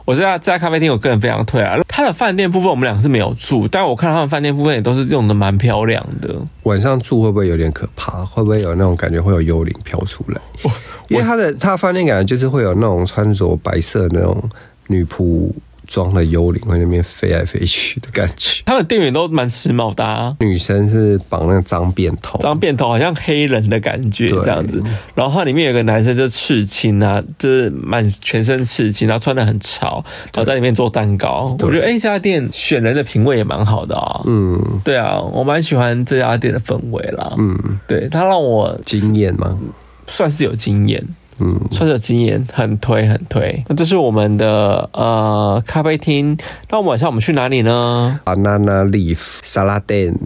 [SPEAKER 1] 我这家这家咖啡厅我个人非常推啊。它的饭店部分我们俩是没有住，但我看他们饭店部分也都是用的蛮漂亮的。
[SPEAKER 3] 晚上住会不会有点可怕？会不会有那种感觉会有幽灵飘出来？因为他的他的饭店感觉就是会有那种穿着白色的那种女仆装的幽灵会在那边飞来飞去的感觉。
[SPEAKER 1] 他们店员都蛮时髦的、啊，
[SPEAKER 3] 女生是绑那个脏辫头，
[SPEAKER 1] 当辫头好像黑人的感觉
[SPEAKER 3] 对
[SPEAKER 1] 这样子，然后它里面有个男生就刺青啊，就是满全身刺青，然后穿的很潮，然后在里面做蛋糕。我觉
[SPEAKER 3] 对
[SPEAKER 1] 得哎、这家店选人的品味也蛮好的啊、
[SPEAKER 3] 嗯，
[SPEAKER 1] 对啊，我蛮喜欢这家店的氛围啦。嗯，对，它让我
[SPEAKER 3] 惊艳吗？
[SPEAKER 1] 算是有经验，
[SPEAKER 3] 嗯，
[SPEAKER 1] 算是有经验，很推很推。那这是我们的呃咖啡厅，那我们晚上我们去哪里呢？
[SPEAKER 3] banana leaf 沙拉店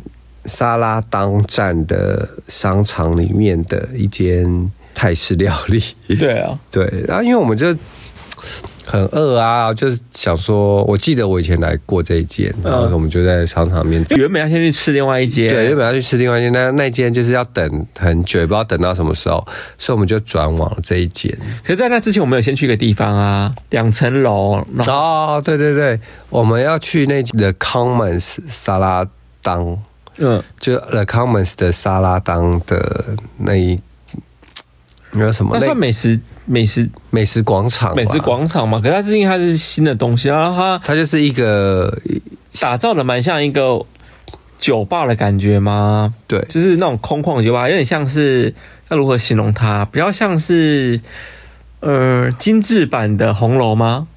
[SPEAKER 3] 沙拉当站的商场里面的一间泰式料理。
[SPEAKER 1] 对啊，
[SPEAKER 3] 对，然、后因为我们就很饿啊，就是想说，我记得我以前来过这一间，然后我们就在商场里面。
[SPEAKER 1] 原本要先去吃另外一间，
[SPEAKER 3] 对，原本要去吃另外一间，那那一间就是要等很久，也不知道等到什么时候，所以我们就转往了这一间。
[SPEAKER 1] 可是，在那之前，我们有先去一个地方啊，两层楼，然后
[SPEAKER 3] 哦，对对对，我们要去那间 The Commons 沙拉当，
[SPEAKER 1] 嗯，
[SPEAKER 3] 就 The Commons 的沙拉当的那一那叫什么？
[SPEAKER 1] 那算
[SPEAKER 3] 那
[SPEAKER 1] 美食美食
[SPEAKER 3] 美食广场，
[SPEAKER 1] 美食，广场嘛？可是它最近它是新的东西，然后它
[SPEAKER 3] 它就是一个
[SPEAKER 1] 打造的蛮像一个酒吧的感觉吗？
[SPEAKER 3] 对，
[SPEAKER 1] 就是那种空旷的酒吧，有点像是要如何形容它？比较像是呃精致版的红楼吗？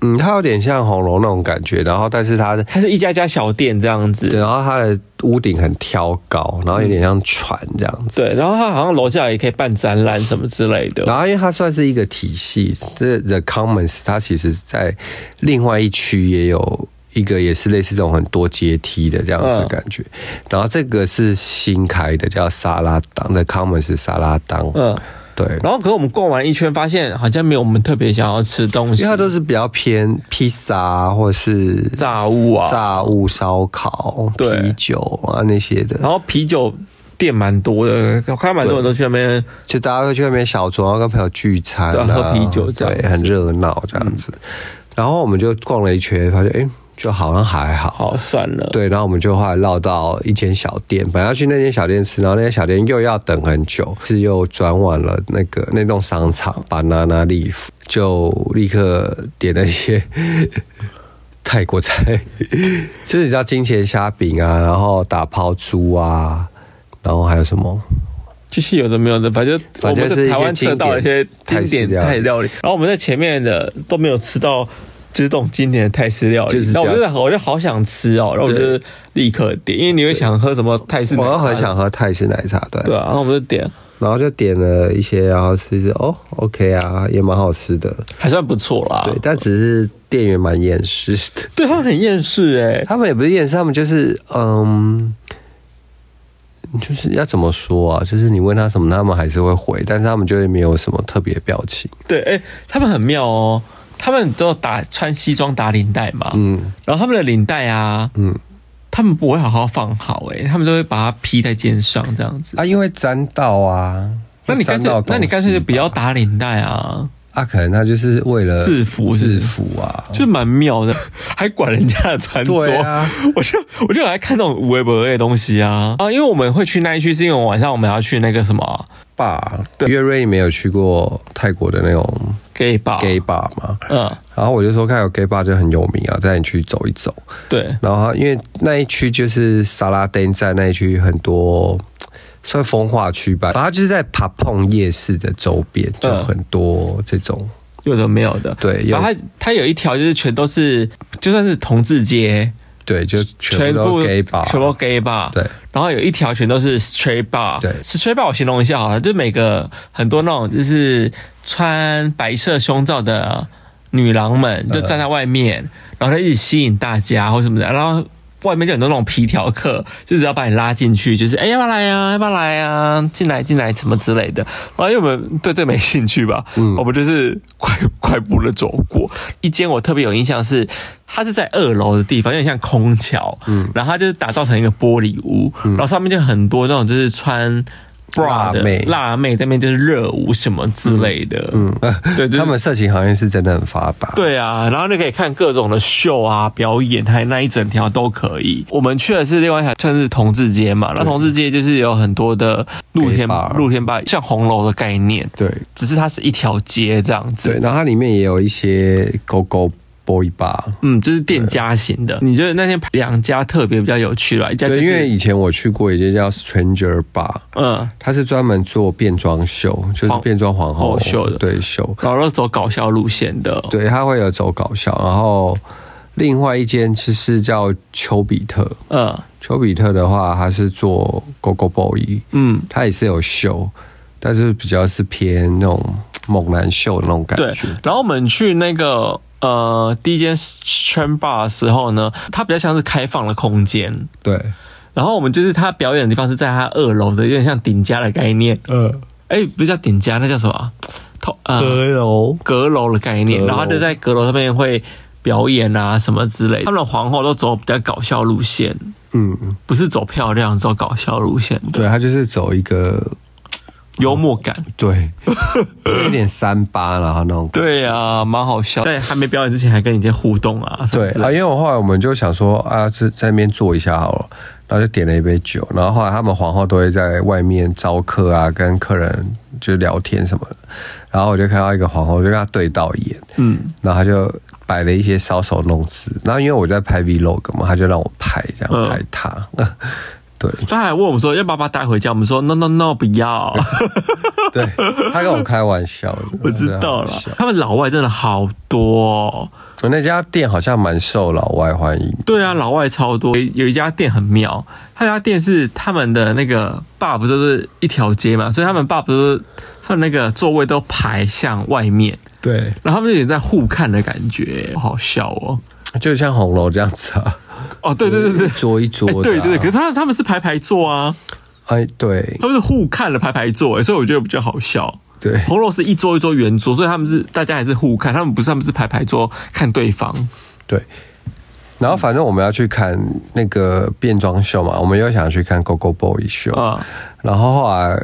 [SPEAKER 3] 嗯，它有点像红楼那种感觉，然后但是它的，
[SPEAKER 1] 它是一家家小店这样子，
[SPEAKER 3] 对然后它的屋顶很挑高，然后有点像船这样子。
[SPEAKER 1] 对，然后它好像楼下也可以办展览什么之类的，
[SPEAKER 3] 然后因为它算是一个体系，这 The Commons 它其实在另外一区也有一个也是类似这种很多阶梯的这样子的
[SPEAKER 1] 嗯
[SPEAKER 3] 感觉。然后这个是新开的，叫沙拉当 The Commons 沙拉当。
[SPEAKER 1] 嗯，
[SPEAKER 3] 对，
[SPEAKER 1] 然后可是我们逛完一圈，发现好像没有我们特别想要吃的东西，
[SPEAKER 3] 因为它都是比较偏披萨啊或者是
[SPEAKER 1] 炸物啊，
[SPEAKER 3] 炸物、烧烤、
[SPEAKER 1] 对
[SPEAKER 3] 啤酒啊那些的，
[SPEAKER 1] 然后啤酒店蛮多的，我看蛮多人都去那边。
[SPEAKER 3] 就大家会去那边小酌，然后跟朋友聚餐、
[SPEAKER 1] 对
[SPEAKER 3] 啊，
[SPEAKER 1] 喝啤酒这样子
[SPEAKER 3] 对，很热闹这样子。然后我们就逛了一圈，发现哎、诶就好像还好。
[SPEAKER 1] 好，算了。
[SPEAKER 3] 对，然后我们就后来绕到一间小店，本来要去那间小店吃，然后那间小店又要等很久，是又转往了那个那栋商场把 a n a Leaf，就立刻点了一些 (laughs) 泰国菜， (laughs) 就是你知道金钱虾饼啊，然后打抛猪啊，然后还有什么？
[SPEAKER 1] 就是有的没有的，反正我
[SPEAKER 3] 反正
[SPEAKER 1] 们
[SPEAKER 3] 是一
[SPEAKER 1] 在
[SPEAKER 3] 些
[SPEAKER 1] 台湾吃得到一些经典泰料理，然后我们在前面的都没有吃到，就是这种经典的泰式料
[SPEAKER 3] 就
[SPEAKER 1] 理。
[SPEAKER 3] 是比
[SPEAKER 1] 然
[SPEAKER 3] 较
[SPEAKER 1] 后我就在我就好想吃哦，然后我
[SPEAKER 3] 对
[SPEAKER 1] 就立刻点，因为你会想喝什么泰式奶
[SPEAKER 3] 我
[SPEAKER 1] 茶，
[SPEAKER 3] 又很想喝泰式奶茶，对，
[SPEAKER 1] 对啊，然后我们就点，
[SPEAKER 3] 然后就点了一些，然后吃一吃，哦，OK 啊，也蛮好吃的，
[SPEAKER 1] 还算不错啦。
[SPEAKER 3] 对，但只是店员蛮厌世的，
[SPEAKER 1] 对他们很厌世哎、
[SPEAKER 3] 他们也不是厌世，他们就是嗯。就是要怎么说啊？就是你问他什么，他们还是会回，但是他们就会没有什么特别表情。
[SPEAKER 1] 对哎、他们很妙哦，他们都打穿西装打领带嘛，
[SPEAKER 3] 嗯
[SPEAKER 1] 然后他们的领带啊，
[SPEAKER 3] 嗯
[SPEAKER 1] 他们不会好好放好哎、他们都会把它披在肩上这样子。
[SPEAKER 3] 啊，因为沾到啊，
[SPEAKER 1] 那你
[SPEAKER 3] 会
[SPEAKER 1] 干
[SPEAKER 3] 沾
[SPEAKER 1] 脆
[SPEAKER 3] 到，
[SPEAKER 1] 那你干脆就不要
[SPEAKER 3] 东西吧
[SPEAKER 1] 打领带啊，
[SPEAKER 3] 啊，可能他就是为了
[SPEAKER 1] 制服是
[SPEAKER 3] 制
[SPEAKER 1] 不是
[SPEAKER 3] 服啊，
[SPEAKER 1] 就蛮妙的，还管人家的穿着。
[SPEAKER 3] 对啊，
[SPEAKER 1] 我就我就很爱看那种无微不微的东西啊啊！因为我们会去那一区，是因为我们晚上我们要去那个什么
[SPEAKER 3] 吧？
[SPEAKER 1] 对
[SPEAKER 3] 月瑞，你没有去过泰国的那种
[SPEAKER 1] gay 吧
[SPEAKER 3] gay bar 吗？
[SPEAKER 1] 嗯，
[SPEAKER 3] 然后我就说看有 gay bar 就很有名啊，带你去走一走。
[SPEAKER 1] 对，
[SPEAKER 3] 然后他因为那一区就是沙拉丁在那一区很多。算风化区吧，反正它就是在帕碰夜市的周边，就
[SPEAKER 1] 嗯
[SPEAKER 3] 很多这种。
[SPEAKER 1] 有的没有的。
[SPEAKER 3] 对有
[SPEAKER 1] 然后它它有一条就是全都是，就算是同志街，
[SPEAKER 3] 对，就全部都
[SPEAKER 1] 部
[SPEAKER 3] gay 吧，
[SPEAKER 1] 全部 gay 吧。 (laughs)
[SPEAKER 3] 对。
[SPEAKER 1] 然后有一条全都是 straight bar，
[SPEAKER 3] 对
[SPEAKER 1] ，straight bar 我形容一下好了，就每个很多那种就是穿白色胸罩的女郎们就站在外面，然后她一直吸引大家或什么的，然后。外面就很多那种皮条客，就只要把你拉进去，就是哎、要不要来呀、要不要来啊呀、进来进来什么之类的。然后因为我们对这没兴趣吧，
[SPEAKER 3] 嗯
[SPEAKER 1] 我们就是快快步的走过一间，我特别有印象是它是在二楼的地方，有点像空桥，嗯，然后它就是打造成一个玻璃屋，然后上面就很多那种就是穿 bra 的
[SPEAKER 3] 嗯辣妹
[SPEAKER 1] 辣妹在那边就是热舞什么之类的，嗯，对，就是
[SPEAKER 3] 他们色情行业是真的很发达。，
[SPEAKER 1] 对啊，然后你可以看各种的秀啊、表演，还有那一整条都可以。我们去的是另外一条，算是同志街嘛。那同志街就是有很多的露天
[SPEAKER 3] Gay bar
[SPEAKER 1] 露天吧，像红楼的概念，
[SPEAKER 3] 对
[SPEAKER 1] 只是它是一条街这样
[SPEAKER 3] 对，
[SPEAKER 1] 子。
[SPEAKER 3] 然后它里面也有一些 go go boy bar。
[SPEAKER 1] 嗯，就是店家型的。你觉得那天两家特别比较有趣吧？一家就
[SPEAKER 3] 对，
[SPEAKER 1] 是
[SPEAKER 3] 因为以前我去过一间叫 Stranger Bar，
[SPEAKER 1] 嗯，
[SPEAKER 3] 它是专门做变装秀，就是
[SPEAKER 1] 皇
[SPEAKER 3] 变装皇后
[SPEAKER 1] 后哦秀的哦
[SPEAKER 3] 对秀，
[SPEAKER 1] 然后都走搞笑路线的。
[SPEAKER 3] 对，它会有走搞笑。然后另外一间其实叫丘比特，
[SPEAKER 1] 嗯
[SPEAKER 3] 丘比特的话，它是做 Go Go Boy，
[SPEAKER 1] 嗯，
[SPEAKER 3] 它也是有秀，但是比较是偏那种猛男秀的那种感
[SPEAKER 1] 对
[SPEAKER 3] 觉。。
[SPEAKER 1] 然后我们去那个呃第一间 Train Bar 的时候呢，它比较像是开放的空间。
[SPEAKER 3] 对，
[SPEAKER 1] 然后我们就是他表演的地方是在他二楼的，有点像顶家的概念。
[SPEAKER 3] 嗯，
[SPEAKER 1] 哎，不是叫顶家，那叫什么啊？头呃
[SPEAKER 3] 楼
[SPEAKER 1] 阁楼的概念。
[SPEAKER 3] 阁楼
[SPEAKER 1] 然后他就在阁楼上面会表演啊什么之类的。他们的皇后都走比较搞笑路线，
[SPEAKER 3] 嗯，
[SPEAKER 1] 不是走漂亮，走搞笑路线的，
[SPEAKER 3] 对，它就是走一个
[SPEAKER 1] 幽默感。
[SPEAKER 3] 对， (laughs) 有点三八，然后那种。
[SPEAKER 1] 对啊，蛮好笑。在还没表演之前，还跟你在互动啊什么
[SPEAKER 3] 对
[SPEAKER 1] 之
[SPEAKER 3] 啊，
[SPEAKER 1] 类
[SPEAKER 3] 因
[SPEAKER 1] 的。
[SPEAKER 3] 为我后来我们就想说啊，这在那边坐一下好了，然后就点了一杯酒，然后后来他们皇后都会在外面招客啊，跟客人就聊天什么的，然后我就看到一个皇后，我就跟她对到眼，
[SPEAKER 1] 嗯
[SPEAKER 3] 然后他就摆了一些搔首弄姿，然后因为我在拍 vlog 嘛，他就让我拍这
[SPEAKER 1] 嗯
[SPEAKER 3] 样拍他， (laughs) 对
[SPEAKER 1] 他还问我们说要不要把他带回家，我们说 no no no 不
[SPEAKER 3] (laughs)
[SPEAKER 1] 要，
[SPEAKER 3] 对，他跟我开玩笑 (laughs) 的，
[SPEAKER 1] 我知道了
[SPEAKER 3] 他在开玩笑。
[SPEAKER 1] 他们老外真的好多、哦，
[SPEAKER 3] 我那家店好像蛮受老外欢迎，
[SPEAKER 1] 对啊，老外超多。有有一家店很妙，他家店是他们的那个 bar 不就是一条街嘛，所以他们 bar 不是他们那个座位都排向外面，
[SPEAKER 3] 对，
[SPEAKER 1] 然后他们就有点在互看的感觉，好笑哦。
[SPEAKER 3] 就像红楼这样子啊，
[SPEAKER 1] 哦，对对对对
[SPEAKER 3] (laughs) 一。桌一桌
[SPEAKER 1] 哎、
[SPEAKER 3] 的啊、
[SPEAKER 1] 对对对，可是他他们是排排坐啊，
[SPEAKER 3] 哎对
[SPEAKER 1] 他们是互看的排排坐、哎所以我觉得比较好笑。
[SPEAKER 3] 对，
[SPEAKER 1] 红楼是一桌一桌圆桌，所以他们是大家还是互看，他们不是他们是排排坐看对方。
[SPEAKER 3] 对。然后反正我们要去看那个变装秀嘛，我们又想去看 Go Go Boy 秀，
[SPEAKER 1] 啊，
[SPEAKER 3] 然后后来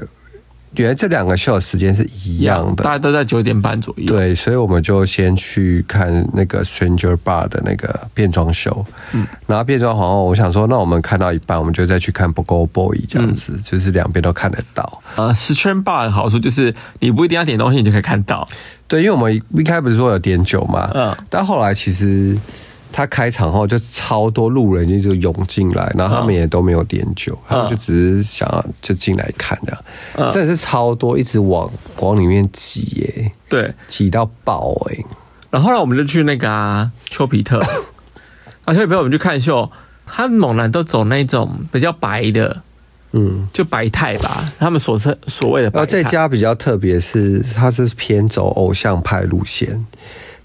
[SPEAKER 3] 原来这两个秀的时间是一
[SPEAKER 1] 大哦
[SPEAKER 3] 样的，
[SPEAKER 1] 家都在九点半左右。，
[SPEAKER 3] 对，所以我们就先去看那个 Stranger Bar 的那个变装秀，嗯，然后变装皇后，我想说，那我们看到一半，我们就再去看 Go Go Boy 这样子，
[SPEAKER 1] 嗯
[SPEAKER 3] 就是两边都看得到。
[SPEAKER 1] 呃，十圈霸的好处就是你不一定要点东西，你就可以看到。
[SPEAKER 3] 对，因为我们一开始不是说有点酒嘛，
[SPEAKER 1] 嗯
[SPEAKER 3] 嗯，但后来其实他开场后就超多路人就涌进来，然后他们也都没有点酒，他们就只是想要就进来看这样，真的是超多，一直往往里面挤耶、
[SPEAKER 1] 对，
[SPEAKER 3] 挤到爆哎、
[SPEAKER 1] 然后呢，我们就去那个啊丘比
[SPEAKER 3] (laughs)
[SPEAKER 1] 特，啊丘比特我们去看秀，他猛男都走那种比较白的，
[SPEAKER 3] 嗯，
[SPEAKER 1] 就白态吧，他们所称所谓的白
[SPEAKER 3] 然后
[SPEAKER 1] 态。
[SPEAKER 3] 这家比较特别是，它是偏走偶像派路线，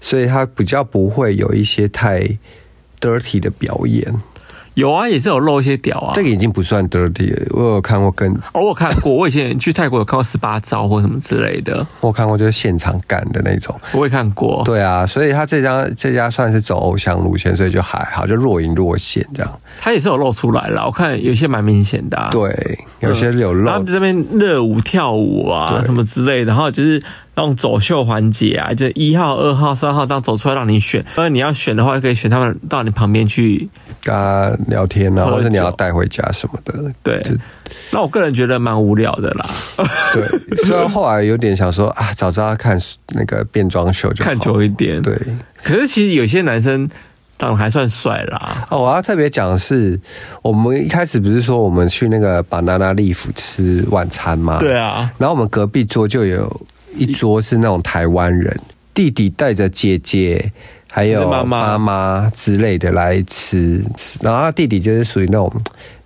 [SPEAKER 3] 所以它比较不会有一些太 dirty 的表演，
[SPEAKER 1] 有啊，也是有露一些屌啊
[SPEAKER 3] 这。个已经不算 dirty 了。我有看过更
[SPEAKER 1] 哦，我有看过，我以前去泰国有看过十八招或什么之类的，
[SPEAKER 3] 我看过就是现场干的那种。
[SPEAKER 1] 我也看过。
[SPEAKER 3] (laughs) 对啊，所以他这家这家算是走偶像路线，所以就还好，就若隐若现这样。
[SPEAKER 1] 他也是有露出来了，我看有一些蛮明显的、啊。
[SPEAKER 3] 对，有
[SPEAKER 1] 嗯
[SPEAKER 3] 些有
[SPEAKER 1] 然后他
[SPEAKER 3] 漏
[SPEAKER 1] 们，在这边热舞、跳舞啊
[SPEAKER 3] 对
[SPEAKER 1] 什么之类的，然后就是那种走秀环节啊，就一号、二号、三号这样走出来让你选。而你要选的话，可以选他们到你旁边去。
[SPEAKER 3] 跟他聊天啊，
[SPEAKER 1] 喝酒
[SPEAKER 3] 或者你要带回家什么的。
[SPEAKER 1] 对
[SPEAKER 3] 这，
[SPEAKER 1] 那我个人觉得蛮无聊的啦， (laughs)
[SPEAKER 3] 对，虽然后来有点想说啊，早知道看那个变装秀就好
[SPEAKER 1] 看久一点。，
[SPEAKER 3] 对
[SPEAKER 1] 可是其实有些男生长得还算帅啦。
[SPEAKER 3] 哦，我要特别讲的是，我们一开始不是说我们去那个 banana leaf 吃晚餐吗？
[SPEAKER 1] 对啊，
[SPEAKER 3] 然后我们隔壁桌就有一桌是那种台湾人，弟弟带着姐姐还有
[SPEAKER 1] 还有妈妈
[SPEAKER 3] 妈妈之类的来吃，吃然后他弟弟就是属于那种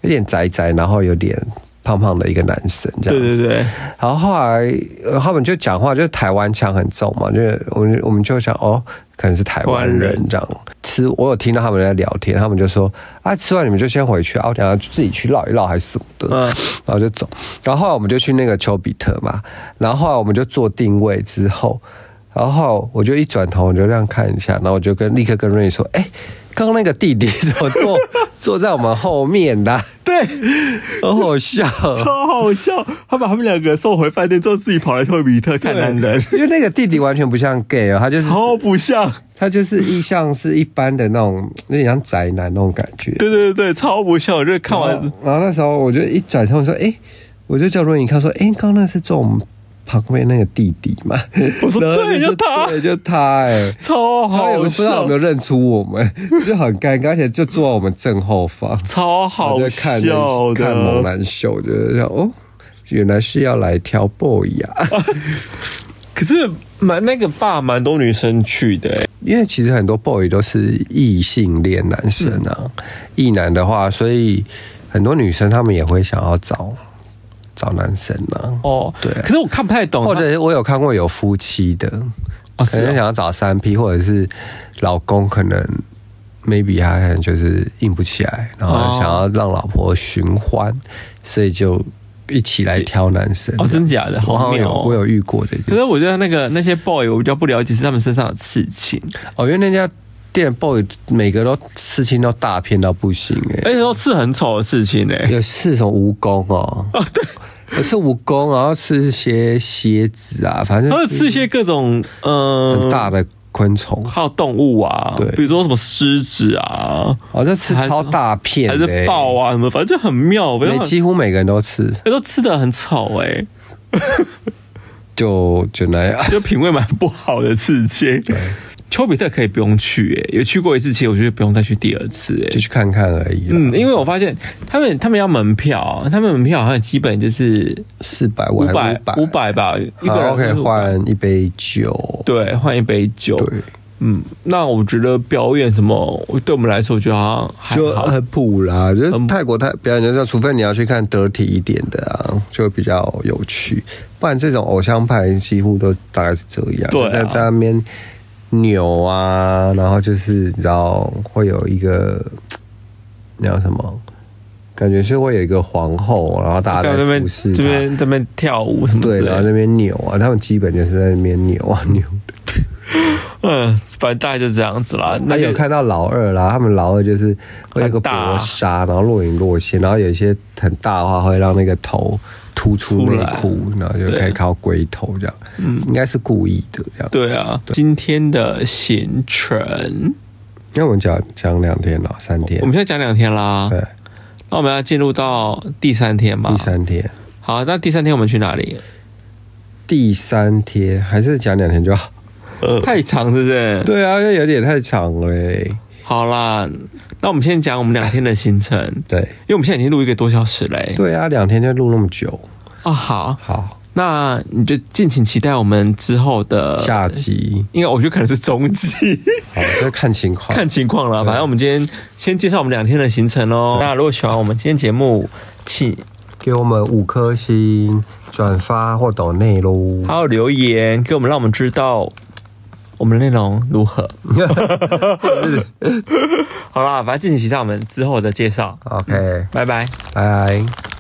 [SPEAKER 3] 有点宅宅，然后有点胖胖的一个男生这
[SPEAKER 1] 对
[SPEAKER 3] 样
[SPEAKER 1] 对
[SPEAKER 3] 子。
[SPEAKER 1] 对，
[SPEAKER 3] 然后后来呃他们就讲话，就是台湾腔很重嘛，就是我们我们就想哦，可能是台湾
[SPEAKER 1] 台湾
[SPEAKER 3] 人
[SPEAKER 1] 人
[SPEAKER 3] 这样。吃我有听到他们在聊天，他们就说啊，吃完你们就先回去啊，我等下自己去绕一绕还是什么的。
[SPEAKER 1] 嗯，
[SPEAKER 3] 然后就走。然后后来我们就去那个丘比特嘛，然后后来我们就做定位之后，然后我就一转头，我就这样看一下，然后我就跟立刻跟瑞说：“哎，刚刚那个弟弟怎么坐坐在我们后面
[SPEAKER 1] (laughs)
[SPEAKER 3] 的、
[SPEAKER 1] 对，
[SPEAKER 3] 好好笑
[SPEAKER 1] (laughs)
[SPEAKER 3] 哦、
[SPEAKER 1] 超好笑。他把他们两个送回饭店之后，自己跑来丘比特看男人，
[SPEAKER 3] 因为那个弟弟完全不像 gay 哦，他就是
[SPEAKER 1] 超不像。
[SPEAKER 3] 他就是一像是一般的那种， (sniffs) 有点像宅男那种感觉。
[SPEAKER 1] 对对对，超不像。我就看
[SPEAKER 3] 然
[SPEAKER 1] 完
[SPEAKER 3] 后，然后那时候我就一转头我说：“哎、我就叫罗颖康说：‘哎、刚刚那是坐我们旁边那个弟弟嘛？’
[SPEAKER 1] (laughs) 我说
[SPEAKER 3] 然后
[SPEAKER 1] 对
[SPEAKER 3] 就
[SPEAKER 1] 就他
[SPEAKER 3] 对，就他、哎，
[SPEAKER 1] 超
[SPEAKER 3] 他也
[SPEAKER 1] 好
[SPEAKER 3] 不知道
[SPEAKER 1] 笑
[SPEAKER 3] 有没，有认出
[SPEAKER 1] (laughs)
[SPEAKER 3] 我们，就很尴尬，而且就坐在我们正后方，
[SPEAKER 1] 超好
[SPEAKER 3] 我就看
[SPEAKER 1] 笑
[SPEAKER 3] 看猛
[SPEAKER 1] 的。
[SPEAKER 3] 男秀，就是想哦，原来是要来挑 boy 啊，
[SPEAKER 1] 可是蛮那个爸蛮多女生去的、欸，
[SPEAKER 3] 因为其实很多 boy 都是异性恋男生
[SPEAKER 1] 嗯
[SPEAKER 3] 啊，异、男的话，所以很多女生她们也会想要找找男生啊。
[SPEAKER 1] 哦，
[SPEAKER 3] 对啊
[SPEAKER 1] 可是我看不太懂，
[SPEAKER 3] 或者是我有看过有夫妻的，
[SPEAKER 1] 哦
[SPEAKER 3] 可
[SPEAKER 1] 是
[SPEAKER 3] 能
[SPEAKER 1] 哦
[SPEAKER 3] 想要找三 P，或者是老公可能 maybe 他可能就是硬不起来，然后想要让老婆寻欢，所以就一起来挑男生。
[SPEAKER 1] 哦，真假的，
[SPEAKER 3] 我
[SPEAKER 1] 好
[SPEAKER 3] 好像
[SPEAKER 1] 妙
[SPEAKER 3] 有我
[SPEAKER 1] 哦。
[SPEAKER 3] 有遇过这
[SPEAKER 1] 可是
[SPEAKER 3] 件事。
[SPEAKER 1] 我觉得那个那些 boy 我比较不了解是他们身上的刺青，
[SPEAKER 3] 哦，因为那家店 boy 每个都刺青都大片到不行哎、
[SPEAKER 1] 而且都刺很丑的刺青哎、
[SPEAKER 3] 有刺什么蜈蚣哦，哦对，刺蜈蚣，然后刺一些蝎子啊，反正
[SPEAKER 1] 他们刺一些各种嗯、
[SPEAKER 3] 很大的昆虫，
[SPEAKER 1] 还有动物啊，
[SPEAKER 3] 对
[SPEAKER 1] 比如说什么狮子啊，
[SPEAKER 3] 哦，这吃超大片、
[SPEAKER 1] 还
[SPEAKER 3] 欸，
[SPEAKER 1] 是豹啊什么，反正就很妙，反
[SPEAKER 3] 每
[SPEAKER 1] 正很
[SPEAKER 3] 几乎每个人都吃，
[SPEAKER 1] 都吃的很丑哎、欸
[SPEAKER 3] 就啊就那样。
[SPEAKER 1] 就品味蛮不好的刺青。丘比特可以不用去、欸，有去过一次，其实我觉得不用再去第二次、欸，
[SPEAKER 3] 就去看看而已。
[SPEAKER 1] 嗯，因为我发现他们他们要门票，他们门票好像基本就是
[SPEAKER 3] 四百
[SPEAKER 1] 五
[SPEAKER 3] 万，
[SPEAKER 1] 百五
[SPEAKER 3] 五
[SPEAKER 1] 百吧，一个
[SPEAKER 3] 然
[SPEAKER 1] 人
[SPEAKER 3] 后可以
[SPEAKER 1] 500，
[SPEAKER 3] 换一杯酒。
[SPEAKER 1] 对，换一杯酒。
[SPEAKER 3] 对，
[SPEAKER 1] 嗯，那我觉得表演什么，我对我们来说，我觉得好像还
[SPEAKER 3] 就
[SPEAKER 1] 好。
[SPEAKER 3] 很普啦，
[SPEAKER 1] (laughs)
[SPEAKER 3] 就是
[SPEAKER 1] 很
[SPEAKER 3] 泰国泰表演就这样，除非你要去看 dirty 一点的啊，就比较有趣。不然这种偶像派几乎都大概是这样，
[SPEAKER 1] 对啊
[SPEAKER 3] 在在那边扭啊，然后就是你知道会有一个那叫什么感觉是会有一个皇后，然后大家
[SPEAKER 1] 在
[SPEAKER 3] 在
[SPEAKER 1] 那
[SPEAKER 3] 呃服
[SPEAKER 1] 边
[SPEAKER 3] 侍
[SPEAKER 1] 这
[SPEAKER 3] 她，
[SPEAKER 1] 边这边跳舞什么
[SPEAKER 3] 对，
[SPEAKER 1] 之类
[SPEAKER 3] 然后那
[SPEAKER 1] 的，
[SPEAKER 3] 边扭啊，他们基本就是在那边扭啊 (laughs) 扭。
[SPEAKER 1] 嗯，反正大概就这样子啦。那
[SPEAKER 3] 那有
[SPEAKER 1] 个
[SPEAKER 3] 看到老二啦，他们老二就是会有一个
[SPEAKER 1] 很大啊
[SPEAKER 3] 薄纱，然后若隐若现，然后有一些很大的话会让那个头突出内裤，然后就可以看到龟头这样，应该是故意的这样。，
[SPEAKER 1] 嗯对啊，今天的行程，
[SPEAKER 3] 那我们讲讲两天了，三天
[SPEAKER 1] 我，们现在讲两天啦，
[SPEAKER 3] 对，
[SPEAKER 1] 那我们要进入到第三天嘛？
[SPEAKER 3] 第三天，
[SPEAKER 1] 好，那第三天我们去哪里？
[SPEAKER 3] 第三天还是讲两天就
[SPEAKER 1] 嗯
[SPEAKER 3] 好。呃
[SPEAKER 1] 太长是不是？
[SPEAKER 3] 对啊，因为有点太长了欸、
[SPEAKER 1] 好啦，那我们先讲我们两天的行程，
[SPEAKER 3] 对，
[SPEAKER 1] 因为我们现在已经录一个多小时嘞、欸。
[SPEAKER 3] 对啊，两天就录那么久，
[SPEAKER 1] 啊，好，
[SPEAKER 3] 好，
[SPEAKER 1] 那你就敬请期待我们之后的
[SPEAKER 3] 下，集，
[SPEAKER 1] 应该我觉得可能是中集，
[SPEAKER 3] 好，就看情况，
[SPEAKER 1] 看情况了。
[SPEAKER 3] 对
[SPEAKER 1] 反正我们今天先介绍我们两天的行程哦。那如果喜欢我们今天节目，请
[SPEAKER 3] 给我们五颗星，转发或抖内喽。
[SPEAKER 1] 还有留言给我们，让我们知道我们的内容如何。好啦，反正敬请期待我们之后的介绍。
[SPEAKER 3] OK，
[SPEAKER 1] 拜拜。
[SPEAKER 3] 拜拜。